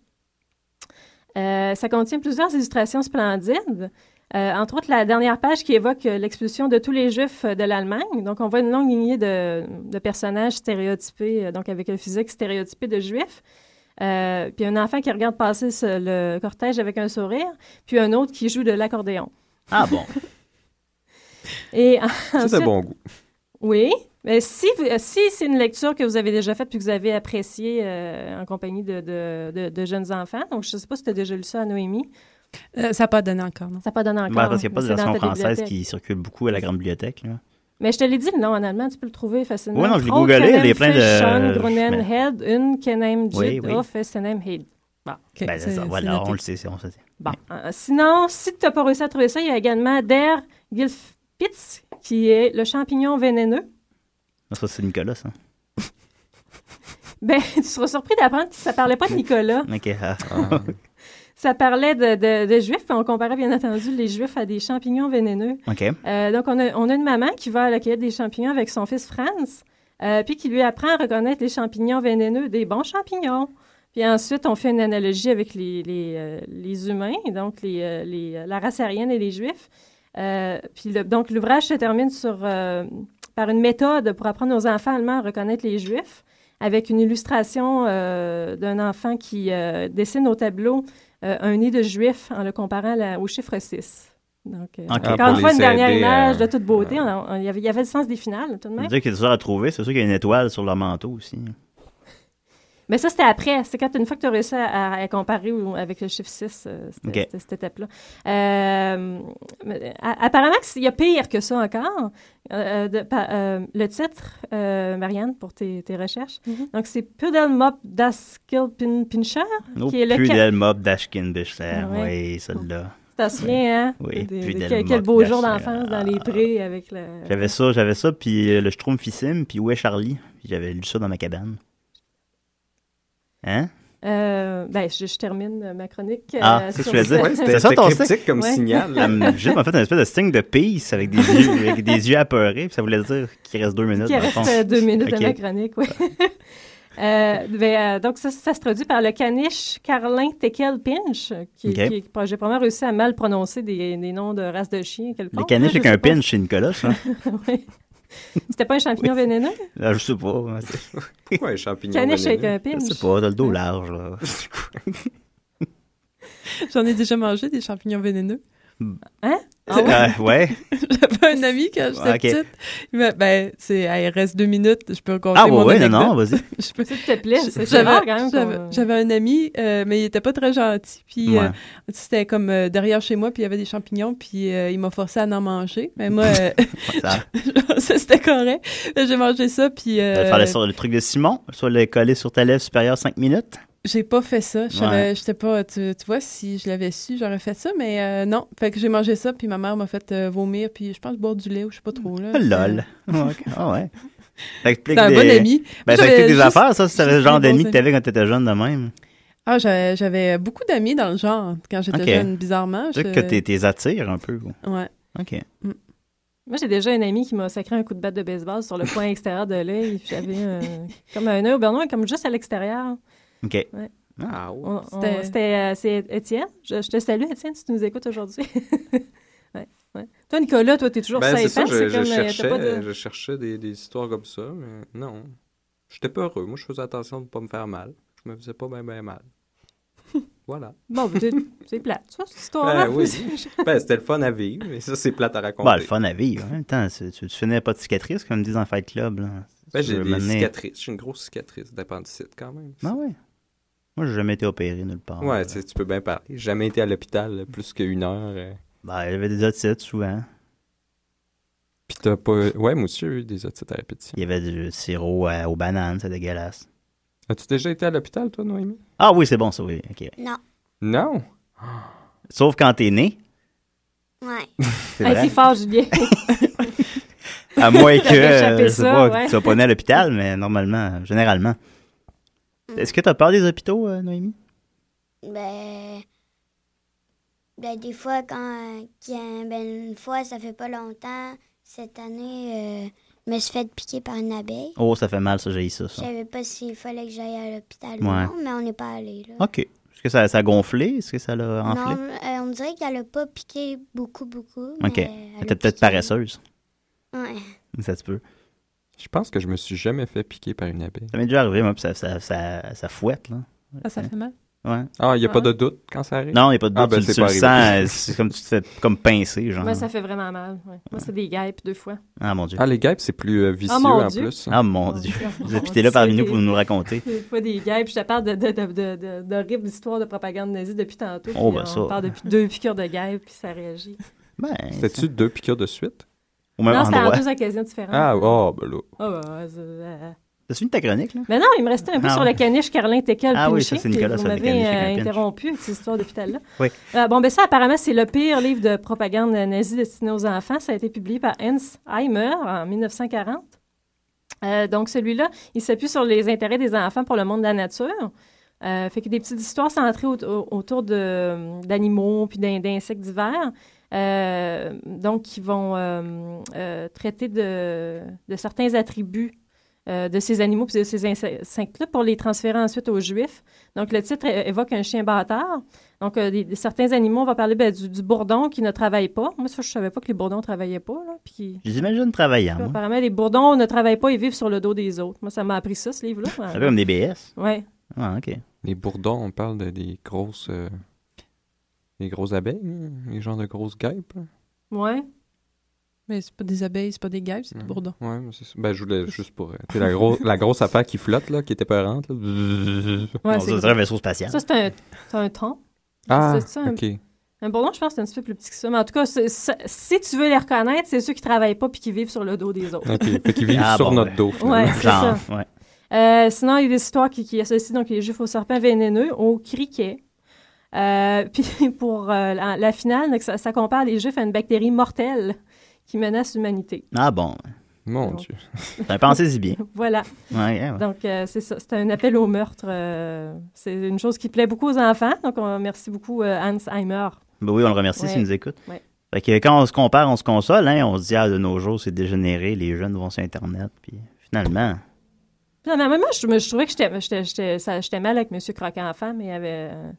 [SPEAKER 8] Euh, ça contient plusieurs illustrations splendides. Euh, entre autres, la dernière page qui évoque euh, l'expulsion de tous les Juifs euh, de l'Allemagne. Donc, on voit une longue lignée de, de personnages stéréotypés, euh, donc avec un physique stéréotypé de Juifs. Euh, puis un enfant qui regarde passer ce- le cortège avec un sourire, puis un autre qui joue de l'accordéon.
[SPEAKER 3] Ah bon.
[SPEAKER 8] Et
[SPEAKER 7] Ça, c'est
[SPEAKER 8] ensuite-
[SPEAKER 7] bon goût.
[SPEAKER 8] Oui. Mais si, vous- euh, si c'est une lecture que vous avez déjà faite puis que vous avez appréciée euh, en compagnie de, de- de- de jeunes enfants, donc je ne sais pas si tu as déjà lu ça à Noémie.
[SPEAKER 6] Euh, ça n'a pas donné encore, non?
[SPEAKER 8] Ça n'a pas donné encore.
[SPEAKER 3] Ben, parce qu'il n'y a pas de
[SPEAKER 8] mais c'est
[SPEAKER 3] version
[SPEAKER 8] dans ta
[SPEAKER 3] française
[SPEAKER 8] bibliothèque.
[SPEAKER 3] qui circule beaucoup à la grande bibliothèque. Là.
[SPEAKER 8] Mais je te l'ai dit, le nom en allemand, tu peux le trouver facilement.
[SPEAKER 3] Oui, non, je l'ai
[SPEAKER 8] Troll,
[SPEAKER 3] googlé,
[SPEAKER 8] Kenem,
[SPEAKER 3] il y a plein de-
[SPEAKER 8] Fisch, Schon,
[SPEAKER 3] je-
[SPEAKER 8] Grunen,
[SPEAKER 3] mais-
[SPEAKER 8] Head, Un, Kenem,
[SPEAKER 3] Oui,
[SPEAKER 8] Jid,
[SPEAKER 3] oui.
[SPEAKER 8] Off, Senem, Head. Bon.
[SPEAKER 3] ben, c'est ça. Voilà, on le sait. c'est- On le sait.
[SPEAKER 8] Bon. Euh, sinon, si tu n'as pas réussi à trouver ça, il y a également Der Gilfpitz, qui est le champignon vénéneux.
[SPEAKER 3] Non, ça, c'est Nicolas, ça.
[SPEAKER 8] Ben, tu seras surpris d'apprendre que ça parlait pas de Nicolas.
[SPEAKER 3] OK. ah.
[SPEAKER 8] Ça parlait de, de- de juifs, puis on comparait bien entendu les juifs à des champignons vénéneux.
[SPEAKER 3] OK.
[SPEAKER 8] Euh, donc, on a, on a une maman qui va à la cueillette des champignons avec son fils Franz, euh, puis qui lui apprend à reconnaître les champignons vénéneux des bons champignons. Puis ensuite, on fait une analogie avec les, les, euh, les humains, et donc les, euh, les, euh, la race aryenne et les juifs. Euh, puis le- donc, l'ouvrage se termine sur, euh, par une méthode pour apprendre aux enfants allemands à reconnaître les juifs, avec une illustration euh, d'un enfant qui euh, dessine au tableau euh, un nid de juif en le comparant à la- au chiffre 6. Donc, euh,
[SPEAKER 3] Ok. Ah,
[SPEAKER 8] encore
[SPEAKER 3] pour
[SPEAKER 8] une fois,
[SPEAKER 3] les
[SPEAKER 8] une dernière
[SPEAKER 3] aider euh, à-
[SPEAKER 8] image de toute beauté. On a- on- Il y avait, il y avait le sens des finales, tout de
[SPEAKER 3] Ça veut
[SPEAKER 8] même.
[SPEAKER 3] dire qu'il est dur à trouver. C'est sûr qu'il y a une étoile sur le manteau aussi.
[SPEAKER 8] Mais ça, c'était après. C'est quand une fois que tu as réussi à, à- à comparer ou- avec le chiffre 6, euh, c'était-
[SPEAKER 3] Ok.
[SPEAKER 8] c'était cette étape-là. Euh, mais, euh, apparemment, il y a pire que ça encore. Euh, de- pa- euh, le titre, euh, Marianne, pour tes, tes recherches. Donc, c'est Pudelmop Daskil Pin- Pincher,
[SPEAKER 3] Oh,
[SPEAKER 8] qui est le...
[SPEAKER 3] plus
[SPEAKER 8] ca- Ah
[SPEAKER 3] d'El Mob d'Ashkin Bichler.
[SPEAKER 8] Ouais.
[SPEAKER 3] Oui, celle-là.
[SPEAKER 8] Tu t'en souviens, hein?
[SPEAKER 3] Oui,
[SPEAKER 8] Des-
[SPEAKER 3] Pudelmop
[SPEAKER 8] des- quel, quel beau jour
[SPEAKER 3] Daskil.
[SPEAKER 8] d'enfance dans les prés avec le...
[SPEAKER 3] J'avais ça, j'avais ça, puis euh, le Schtroumpfissime, puis Où est Charlie? Puis J'avais lu ça dans ma cabane. Hein?
[SPEAKER 8] Euh, ben, je, je termine euh, ma chronique.
[SPEAKER 3] Ah,
[SPEAKER 8] euh,
[SPEAKER 3] c'est ce
[SPEAKER 8] sur
[SPEAKER 3] que je voulais
[SPEAKER 8] ce-
[SPEAKER 3] dire. C'est ça ton
[SPEAKER 7] c'était
[SPEAKER 3] signe?
[SPEAKER 7] cryptique comme Ouais. signal.
[SPEAKER 3] Ça me- J'ai en fait un espèce de signe de peace avec des yeux, avec des yeux apeurés. puis Ça voulait dire qu'il reste deux minutes.
[SPEAKER 8] Qui
[SPEAKER 3] dans le
[SPEAKER 8] reste
[SPEAKER 3] fond.
[SPEAKER 8] euh, deux minutes
[SPEAKER 3] Ok.
[SPEAKER 8] de ma chronique, oui. Euh, ben, euh, donc, ça, ça se traduit par le caniche Carlin Tekel Pinch, euh, qui,
[SPEAKER 3] Ok.
[SPEAKER 8] qui- qui- j'ai probablement réussi à mal prononcer des, des noms de races de chiens. quelconques,
[SPEAKER 3] Le caniche
[SPEAKER 8] là,
[SPEAKER 3] avec
[SPEAKER 8] Ah, hein, je
[SPEAKER 3] un pin
[SPEAKER 8] suppose.
[SPEAKER 3] chez Nicolas, ça.
[SPEAKER 8] Oui. C'était pas un champignon vénéneux?
[SPEAKER 3] hein. Là, je sais pas. Pourquoi
[SPEAKER 7] un champignon
[SPEAKER 8] Caniche avec un pinch.
[SPEAKER 3] Je sais pas, t'as le dos large, là.
[SPEAKER 6] J'en ai déjà mangé des champignons vénéneux. Hein? Ah ouais?
[SPEAKER 3] Euh, Hmm. ouais.
[SPEAKER 6] J'avais un ami quand j'étais
[SPEAKER 3] Ok.
[SPEAKER 6] petite. Il m'a- ben, c'est, hey, il reste deux minutes, je peux raconter
[SPEAKER 3] Ah, ouais,
[SPEAKER 6] mon
[SPEAKER 3] ouais, non,
[SPEAKER 6] anecdote.
[SPEAKER 3] non, vas-y.
[SPEAKER 6] Je peux-
[SPEAKER 8] S'il te plaît, c'est- c'est
[SPEAKER 6] J'avais-
[SPEAKER 8] rare quand même qu'on-
[SPEAKER 6] j'avais- J'avais un ami, euh, mais il était pas très gentil. Puis
[SPEAKER 3] Ouais.
[SPEAKER 6] euh, c'était comme euh, derrière chez moi, puis il y avait des champignons, puis euh, il m'a forcé à en manger. Mais moi, euh,
[SPEAKER 3] Ça.
[SPEAKER 6] ça, c'était correct. J'ai mangé ça, puis... euh,
[SPEAKER 3] Euh, faire le, sur le truc de Simon, soit le coller sur ta lèvre supérieure 5 minutes.
[SPEAKER 6] J'ai pas fait ça. Je savais-
[SPEAKER 3] Ouais.
[SPEAKER 6] j'étais pas. Tu, tu vois, si je l'avais su, j'aurais fait ça, mais euh, non. Fait que j'ai mangé ça, puis ma mère m'a fait euh, vomir, puis je pense boire du lait ou je sais pas trop. Là,
[SPEAKER 3] Ah, Lol. Ah, ok. Ah ouais. Ça explique
[SPEAKER 6] C'est un
[SPEAKER 3] des-
[SPEAKER 6] bon ami.
[SPEAKER 3] Ben, ça
[SPEAKER 6] J'avais
[SPEAKER 3] explique des
[SPEAKER 6] juste-
[SPEAKER 3] affaires, ça. C'est le
[SPEAKER 6] juste
[SPEAKER 3] genre
[SPEAKER 6] des bons
[SPEAKER 3] d'ami que
[SPEAKER 6] amis.
[SPEAKER 3] t'avais quand t'étais jeune de même.
[SPEAKER 6] Ah, j'avais j'avais beaucoup d'amis dans le genre quand j'étais
[SPEAKER 3] Ok.
[SPEAKER 6] jeune, bizarrement.
[SPEAKER 3] C'est
[SPEAKER 6] je-
[SPEAKER 3] que t'es- t'es attires un peu. quoi.
[SPEAKER 6] Ouais.
[SPEAKER 3] OK.
[SPEAKER 8] Moi, j'ai déjà un ami qui m'a sacré un coup de batte de baseball sur le point extérieur de l'œil. puis J'avais euh, comme un œil au beurre noir, comme juste à l'extérieur.
[SPEAKER 3] OK.
[SPEAKER 8] Ouais.
[SPEAKER 3] Ah,
[SPEAKER 8] On- on-
[SPEAKER 6] C'était-
[SPEAKER 8] C'était euh, c'est Étienne. Je, je te salue, Étienne, si tu nous écoutes aujourd'hui. ouais, ouais. Toi, Nicolas, toi, t'es toujours
[SPEAKER 7] Ben, c'est
[SPEAKER 8] safe.
[SPEAKER 7] ça,
[SPEAKER 8] hein?
[SPEAKER 7] je, je
[SPEAKER 8] comme, euh, t'as
[SPEAKER 7] cherchais,
[SPEAKER 8] pas de-
[SPEAKER 7] je cherchais des, des histoires comme ça, mais non. J'étais pas heureux. Moi, je faisais attention de ne pas me faire mal. Je me faisais pas bien, bien mal. voilà.
[SPEAKER 8] Bon, ben, t'es- c'est plate, ça, cette histoire-là.
[SPEAKER 7] Ben oui. ben, c'était le fun à vivre, mais ça, c'est plate à raconter.
[SPEAKER 3] Bah, le fun à vivre. En même temps, c'est- tu, tu finis pas de cicatrices, comme disent dans Fight Club. Là.
[SPEAKER 7] Ben,
[SPEAKER 3] Tu
[SPEAKER 7] j'ai
[SPEAKER 3] veux
[SPEAKER 7] des
[SPEAKER 3] m'amener-
[SPEAKER 7] cicatrices. J'ai une grosse cicatrice d'appendicite quand même.
[SPEAKER 3] Ah ouais. Moi, j'ai jamais été opéré nulle part.
[SPEAKER 7] ouais, tu sais, tu peux bien parler. J'ai jamais été à l'hôpital plus qu'une heure. euh.
[SPEAKER 3] Ben, j'avais des otites souvent.
[SPEAKER 7] Puis t'as pas. Ouais, moi aussi, j'ai eu des otites à répétition.
[SPEAKER 3] Il y avait du sirop euh, aux bananes, c'est dégueulasse.
[SPEAKER 7] As-tu déjà été à l'hôpital, toi, Noémie?
[SPEAKER 3] Ah oui, c'est bon, ça, oui. OK.
[SPEAKER 5] Non.
[SPEAKER 7] Non.
[SPEAKER 3] Sauf quand t'es né.
[SPEAKER 5] Ouais.
[SPEAKER 3] C'est
[SPEAKER 8] Hey,
[SPEAKER 3] vrai.
[SPEAKER 8] Ah, c'est fort, Julien.
[SPEAKER 3] À moins que
[SPEAKER 8] T'avais échappé
[SPEAKER 3] euh, je sais
[SPEAKER 8] ça,
[SPEAKER 3] pas,
[SPEAKER 8] ouais.
[SPEAKER 3] tu sois pas né à l'hôpital, mais normalement, euh, généralement. Est-ce que tu as peur des hôpitaux, euh, Noémie?
[SPEAKER 5] Ben, ben des fois, quand, euh, quand- ben, une fois, ça fait pas longtemps, cette année, euh, je me suis fait piquer par une abeille.
[SPEAKER 3] Oh, ça fait mal, ça, j'ai eu ça.
[SPEAKER 5] Je
[SPEAKER 3] ça.
[SPEAKER 5] savais pas s'il fallait que j'aille à l'hôpital ou
[SPEAKER 3] Ah. Ouais.
[SPEAKER 5] non, mais on n'est pas allé là.
[SPEAKER 3] OK. Est-ce que ça, ça a gonflé? Est-ce que ça l'a
[SPEAKER 5] Non,
[SPEAKER 3] enflé?
[SPEAKER 5] euh, on dirait qu'elle a pas piqué beaucoup, beaucoup.
[SPEAKER 3] OK.
[SPEAKER 5] mais
[SPEAKER 3] Elle
[SPEAKER 5] elle
[SPEAKER 3] était
[SPEAKER 5] a
[SPEAKER 3] peut-être
[SPEAKER 5] piqué.
[SPEAKER 3] paresseuse.
[SPEAKER 5] Ouais.
[SPEAKER 3] Ça se peut.
[SPEAKER 7] Je pense que je me suis jamais fait piquer par une abeille.
[SPEAKER 3] Ça m'est déjà arrivé, moi, puis ça, ça, ça, ça fouette, là.
[SPEAKER 6] Ah, ça fait mal.
[SPEAKER 3] Ouais.
[SPEAKER 7] Ah, il n'y a
[SPEAKER 6] Ah
[SPEAKER 7] pas de
[SPEAKER 6] ouais.
[SPEAKER 7] doute quand ça arrive?
[SPEAKER 3] Non, il n'y a pas de doute.
[SPEAKER 7] Ah, ben,
[SPEAKER 3] tu
[SPEAKER 7] c'est
[SPEAKER 3] tu
[SPEAKER 7] pas
[SPEAKER 3] le sens,
[SPEAKER 7] arrivé.
[SPEAKER 3] euh, c'est comme tu te fais comme pincer, genre.
[SPEAKER 8] Moi, ça fait vraiment mal. ouais. Moi, c'est des guêpes, deux fois.
[SPEAKER 3] Ah, mon Dieu.
[SPEAKER 7] Ah, les guêpes, c'est plus euh, vicieux
[SPEAKER 8] Ah, mon
[SPEAKER 7] en
[SPEAKER 8] Dieu.
[SPEAKER 7] plus.
[SPEAKER 3] Ah, mon Dieu.
[SPEAKER 8] euh,
[SPEAKER 3] Vous êtes- puis t'es là parmi nous pour nous raconter.
[SPEAKER 8] Des fois, des guêpes. Je te parle de- de- de- de- de- d'horribles histoires de propagande nazie depuis tantôt.
[SPEAKER 3] Oh,
[SPEAKER 8] puis
[SPEAKER 3] ben,
[SPEAKER 8] on
[SPEAKER 3] ça.
[SPEAKER 8] parle depuis deux piqûres de guêpes, puis ça réagit.
[SPEAKER 3] Ben,
[SPEAKER 7] C'était-tu deux piqûres de suite?
[SPEAKER 3] au même
[SPEAKER 8] non, c'était en
[SPEAKER 3] endroit.
[SPEAKER 8] deux occasions différentes.
[SPEAKER 7] Ah, oh, ben là.
[SPEAKER 8] Ah, bah, ouais, c'est- euh,
[SPEAKER 3] T'as suivi ta chronique, là?
[SPEAKER 8] Mais non, il me restait un peu
[SPEAKER 3] Ah,
[SPEAKER 8] sur
[SPEAKER 3] ouais.
[SPEAKER 8] le caniche Carlin Tekel
[SPEAKER 3] Ah oui,
[SPEAKER 8] Pinché,
[SPEAKER 3] ça, c'est
[SPEAKER 8] puis
[SPEAKER 3] Nicolas,
[SPEAKER 8] Vous
[SPEAKER 3] ça, le caniche
[SPEAKER 8] m'avez
[SPEAKER 3] avec un
[SPEAKER 8] euh,
[SPEAKER 3] pinch.
[SPEAKER 8] interrompu avec cette histoire depuis tout à l'heure.
[SPEAKER 3] Oui.
[SPEAKER 8] Euh, bon, ben ça, apparemment, c'est le pire livre de propagande nazie destiné aux enfants. Ça a été publié par Hans Heimer en 1940. Euh, donc, celui-là, il s'appuie sur les intérêts des enfants pour le monde de la nature. Euh, fait que des petites histoires centrées au- au- autour de- d'animaux puis d'in- d'insectes divers. Euh, donc, qui vont euh, euh, traiter de, de certains attributs euh, de ces animaux puis de ces inse- insectes-là pour les transférer ensuite aux Juifs. Donc, le titre euh, évoque un chien bâtard. Donc, euh, des- des- certains animaux, on va parler ben, du, du bourdon qui ne travaille pas. Moi, ça, je ne savais pas que les bourdons ne travaillaient pas. Là, puis qui-
[SPEAKER 3] Je les imagine travaillant, moi.
[SPEAKER 8] Apparemment, les bourdons ne travaillent pas et vivent sur le dos des autres. Moi, ça m'a appris ça, ce livre-là.
[SPEAKER 3] Ça fait comme des BS.
[SPEAKER 8] Ouais.
[SPEAKER 3] Ah, OK.
[SPEAKER 7] Les bourdons, on parle de- des grosses. euh, hein. des grosses abeilles, hein, les genres de grosses guêpes. là.
[SPEAKER 8] Ouais.
[SPEAKER 6] Mais c'est pas des abeilles, c'est pas des guêpes,
[SPEAKER 3] Mm.
[SPEAKER 6] c'est des bourdons.
[SPEAKER 7] Ouais, mais c'est ça. Ben, je voulais juste pour. euh, tu sais, la, gros- la grosse affaire qui flotte, là, qui était peurante. Là.
[SPEAKER 8] Ouais,
[SPEAKER 7] On
[SPEAKER 8] c'est-
[SPEAKER 7] dirait un vaisseau spatial.
[SPEAKER 8] Ça, c'est un, c'est un thon.
[SPEAKER 7] Ah,
[SPEAKER 8] C'est ça, un-
[SPEAKER 7] ok.
[SPEAKER 8] Un bourdon, je pense que c'est un petit peu plus petit que ça. Mais en tout cas, c'est- ça- si tu veux les reconnaître, c'est ceux qui travaillent pas puis qui vivent sur le dos des autres.
[SPEAKER 7] Ok, fait qu'ils vivent
[SPEAKER 3] Ah,
[SPEAKER 7] sur
[SPEAKER 3] bon,
[SPEAKER 7] notre
[SPEAKER 3] ben.
[SPEAKER 7] dos, finalement.
[SPEAKER 8] Ouais, c'est ça.
[SPEAKER 3] ouais.
[SPEAKER 8] Euh, sinon, il y a des histoires qui, qui associent donc les juifs aux serpents vénéneux, au criquet. Euh, puis pour euh, la, la finale, donc, ça, ça compare les juifs à une bactérie mortelle qui menace l'humanité.
[SPEAKER 3] Ah bon.
[SPEAKER 7] Mon
[SPEAKER 8] Dieu.
[SPEAKER 3] Ben, pensez-y bien.
[SPEAKER 8] Voilà.
[SPEAKER 3] Ouais, ouais.
[SPEAKER 8] Donc, euh, c'est ça. C'est un appel au meurtre. euh, c'est une chose qui plaît beaucoup aux enfants. Donc, on merci beaucoup euh, Hans Heimer.
[SPEAKER 3] Ben oui, on le remercie s'il
[SPEAKER 8] Ouais.
[SPEAKER 3] nous écoute.
[SPEAKER 8] Ouais.
[SPEAKER 3] Fait que quand on se compare, on se console, hein, on se dit, ah, de nos jours, c'est dégénéré, les jeunes vont sur Internet, puis finalement.
[SPEAKER 8] Non, mais moi, je, me- je trouvais que j'étais- j'étais j'étais- ça- j'étais mal avec Monsieur Croque-Enfant, mais il y avait. euh,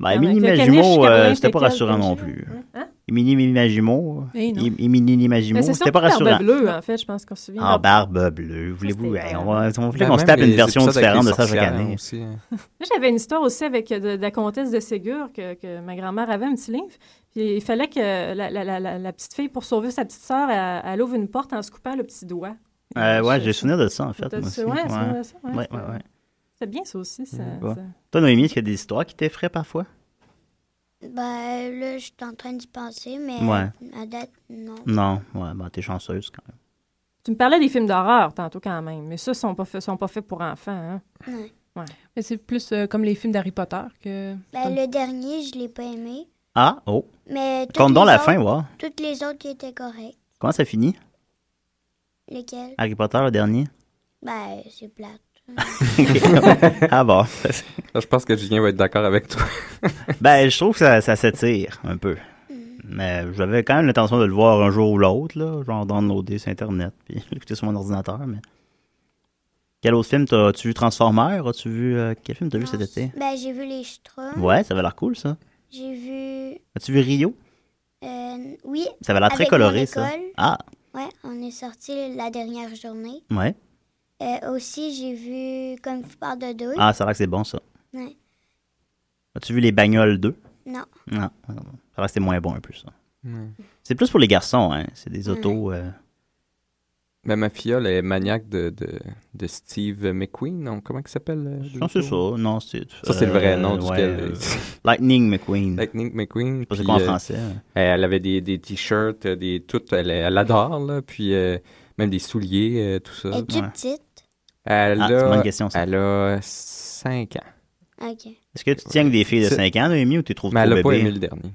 [SPEAKER 3] Ben,
[SPEAKER 8] Ah,
[SPEAKER 3] Émilie
[SPEAKER 8] avec le
[SPEAKER 3] Majimo,
[SPEAKER 8] caniche,
[SPEAKER 3] euh,
[SPEAKER 8] Caroline
[SPEAKER 3] c'était pas
[SPEAKER 8] Teckel,
[SPEAKER 3] rassurant non
[SPEAKER 8] Teckel,
[SPEAKER 3] plus.
[SPEAKER 8] Hein?
[SPEAKER 3] Émilie Émilie Majimo,
[SPEAKER 8] Eh non.
[SPEAKER 3] Émilie Majimo,
[SPEAKER 8] Mais c'est
[SPEAKER 3] c'était
[SPEAKER 8] surtout
[SPEAKER 3] pas
[SPEAKER 8] Barbe
[SPEAKER 3] rassurant. Ah,
[SPEAKER 8] bleue, en fait, je pense qu'on se souvient.
[SPEAKER 3] En
[SPEAKER 8] Barbe-
[SPEAKER 3] barbe bleue, voulez-vous, hey, on va, on voulait
[SPEAKER 7] Ben,
[SPEAKER 3] qu'on se
[SPEAKER 7] même
[SPEAKER 3] tape une
[SPEAKER 7] les
[SPEAKER 3] version
[SPEAKER 7] épisodes avec
[SPEAKER 3] différente
[SPEAKER 7] les
[SPEAKER 3] de ça chaque
[SPEAKER 7] sorcières
[SPEAKER 3] année.
[SPEAKER 7] aussi, hein.
[SPEAKER 8] Moi, j'avais une histoire aussi avec euh, de, de la comtesse de Ségur, que, que ma grand-mère avait un petit livre. Puis il fallait que la, la- la- la- la petite fille, pour sauver sa petite sœur, elle, elle ouvre une porte en se coupant le petit doigt.
[SPEAKER 3] Euh, ouais, j'ai souvenir de ça, en fait.
[SPEAKER 8] C'était
[SPEAKER 3] moi
[SPEAKER 8] ça,
[SPEAKER 3] aussi.
[SPEAKER 8] ouais, ça,
[SPEAKER 3] Ouais.
[SPEAKER 8] ouais, ça, ouais,
[SPEAKER 3] Ouais,
[SPEAKER 8] ça-
[SPEAKER 3] ouais, Mm, ouais.
[SPEAKER 8] C'est bien, ça aussi. Ça,
[SPEAKER 3] Bon.
[SPEAKER 8] ça-
[SPEAKER 3] Toi, Noémie, est-ce qu'il y a des histoires qui t'effraient parfois?
[SPEAKER 5] Ben là, je suis en train d'y penser, mais
[SPEAKER 3] Ouais.
[SPEAKER 5] à date, non.
[SPEAKER 3] Non, ouais, ben, t'es chanceuse quand même.
[SPEAKER 8] Tu me parlais des films d'horreur tantôt quand même, mais ça, ils sont pas faits sont pas faits pour enfants. Hein?
[SPEAKER 5] Ouais.
[SPEAKER 8] Ouais.
[SPEAKER 6] Mais c'est plus euh, comme les films d'Harry Potter que.
[SPEAKER 5] Ben, le dernier, je l'ai pas aimé.
[SPEAKER 3] Ah, oh,
[SPEAKER 5] Mais toutes
[SPEAKER 3] Compte donc
[SPEAKER 5] les
[SPEAKER 3] la
[SPEAKER 5] autres-
[SPEAKER 3] fin, ouais.
[SPEAKER 5] Toutes les autres qui étaient correctes.
[SPEAKER 3] comment ça finit?
[SPEAKER 5] Lesquelles?
[SPEAKER 3] Harry Potter, le dernier?
[SPEAKER 5] Ben, c'est plate.
[SPEAKER 3] ah bon.
[SPEAKER 7] Là, je pense que Julien va être d'accord avec toi.
[SPEAKER 3] Ben, je trouve que ça, ça s'étire un peu. Mais j'avais quand même l'intention de le voir un jour ou l'autre, là, genre downloader sur Internet, puis l'écouter sur mon ordinateur. Mais quel autre film t'as- as-tu vu Transformers As-tu vu euh, quel film t'as vu cet été
[SPEAKER 5] Ben, j'ai vu les Schtroumpfs.
[SPEAKER 3] Ouais, ça avait l'air cool ça.
[SPEAKER 5] J'ai vu.
[SPEAKER 3] As-tu vu Rio
[SPEAKER 5] euh, oui.
[SPEAKER 3] Ça avait l'air très
[SPEAKER 5] avec
[SPEAKER 3] coloré
[SPEAKER 5] mon
[SPEAKER 3] ça.
[SPEAKER 5] école.
[SPEAKER 3] Ah,
[SPEAKER 5] Ouais, on est sorti la dernière journée.
[SPEAKER 3] ouais.
[SPEAKER 5] Euh, aussi, j'ai vu Comme vous parle de douille.
[SPEAKER 3] Ah, ça a l'air que c'est bon ça.
[SPEAKER 5] Ouais.
[SPEAKER 3] As-tu vu Les Bagnoles 2
[SPEAKER 5] Non.
[SPEAKER 3] Non. Ça a l'air que c'est moins bon un peu ça. C'est plus pour les garçons, hein. C'est des autos. euh,
[SPEAKER 7] Ben, ma fiole est maniaque de, de, de Steve McQueen, non? Comment il s'appelle? euh,
[SPEAKER 3] Non, c'est ça. Non, c'est.
[SPEAKER 7] Ça, c'est le vrai
[SPEAKER 3] euh,
[SPEAKER 7] nom
[SPEAKER 3] ouais,
[SPEAKER 7] duquel...
[SPEAKER 3] euh, Lightning McQueen.
[SPEAKER 7] Lightning McQueen.
[SPEAKER 3] pas c'est
[SPEAKER 7] puis,
[SPEAKER 3] quoi en
[SPEAKER 7] euh,
[SPEAKER 3] français, ouais.
[SPEAKER 7] euh, elle avait des, des t-shirts, euh, des tout, elle, elle adore, là, puis euh, même des souliers, euh, tout ça.
[SPEAKER 5] Es-tu
[SPEAKER 7] Ouais.
[SPEAKER 5] petite?
[SPEAKER 7] Elle
[SPEAKER 3] Ah, c'est
[SPEAKER 7] a,
[SPEAKER 3] une bonne question,
[SPEAKER 7] Elle a 5 ans.
[SPEAKER 5] Ok.
[SPEAKER 3] Est-ce que tu tiens que des filles de
[SPEAKER 7] C'est-
[SPEAKER 3] 5 ans, Noémie, ou tu trouves
[SPEAKER 7] Mais
[SPEAKER 3] trop
[SPEAKER 7] elle n'a pas
[SPEAKER 3] bébé?
[SPEAKER 7] aimé le dernier.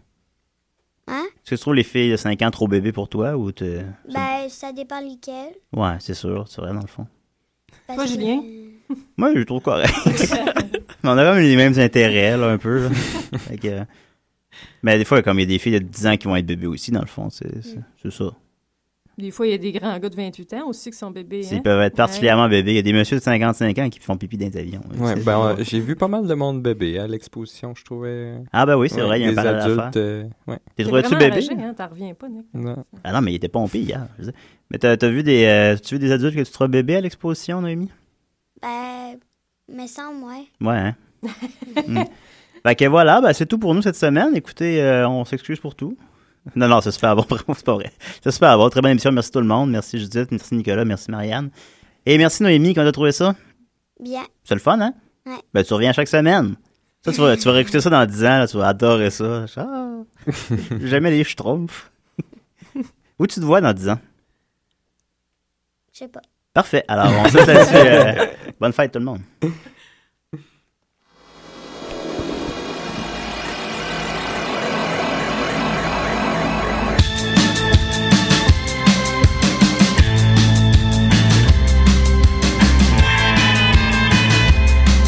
[SPEAKER 5] Hein?
[SPEAKER 3] Est-ce que tu trouves les filles de 5 ans trop bébé pour toi, ou te...
[SPEAKER 5] Ben, ça dépend lesquelles.
[SPEAKER 3] Ouais, c'est sûr, c'est vrai, dans le fond.
[SPEAKER 5] parce
[SPEAKER 8] Toi,
[SPEAKER 5] que- euh,
[SPEAKER 8] Julien?
[SPEAKER 3] Moi, je les trouve correct. Mais on a quand même les mêmes intérêts, là, un peu. là. Fait que, euh, Mais des fois, comme il y a des filles de 10 ans qui vont être bébés aussi, dans le fond, c'est c'est- c'est ça.
[SPEAKER 8] Des fois, il y a des grands gars de 28 ans aussi qui sont bébés.
[SPEAKER 3] Ils
[SPEAKER 8] hein.
[SPEAKER 3] peuvent être
[SPEAKER 8] Ouais.
[SPEAKER 3] particulièrement bébés. Il y a des messieurs de 55 ans qui font pipi dans les avions.
[SPEAKER 7] Ouais,
[SPEAKER 3] C'est-
[SPEAKER 7] ben, euh, j'ai vu pas mal de monde bébé à l'exposition, je trouvais.
[SPEAKER 3] Ah, ben oui, c'est
[SPEAKER 7] Ouais,
[SPEAKER 3] vrai, il y a un
[SPEAKER 7] des
[SPEAKER 3] parallèle à
[SPEAKER 7] adultes,
[SPEAKER 3] faire.
[SPEAKER 7] euh, ouais.
[SPEAKER 3] T'es
[SPEAKER 8] T'es
[SPEAKER 3] trouvé-tu
[SPEAKER 8] vraiment
[SPEAKER 3] bébé?
[SPEAKER 8] enragé, hein, T'en reviens pas, Nick.
[SPEAKER 7] Non.
[SPEAKER 3] Ah non, mais il était pompé hier. je veux dire. Mais t'as as vu, des, euh, tu vu des adultes que tu trouves bébés à l'exposition, Noémie?
[SPEAKER 5] Ben, mais sans moi.
[SPEAKER 3] Ouais, hein? Mm. Fait que voilà, ben, c'est tout pour nous cette semaine. Écoutez, euh, on s'excuse pour tout. Non, non, c'est super bon, bravo, c'est pas vrai. C'est super bon, très bonne émission. Merci tout le monde. Merci Judith, merci Nicolas, merci Marianne. Et merci Noémie, quand t'as trouvé ça.
[SPEAKER 5] Bien.
[SPEAKER 3] C'est le fun, hein?
[SPEAKER 5] Ouais.
[SPEAKER 3] Ben, tu reviens chaque semaine. Ça, tu vas, tu vas réécouter ça dans 10 ans, là, tu vas adorer ça. Ah, Jamais les schtroumpfs. Où tu te vois dans 10 ans?
[SPEAKER 5] Je sais pas.
[SPEAKER 3] Parfait. Alors, on se laisse là-dessus. Euh, bonne fête, tout le monde.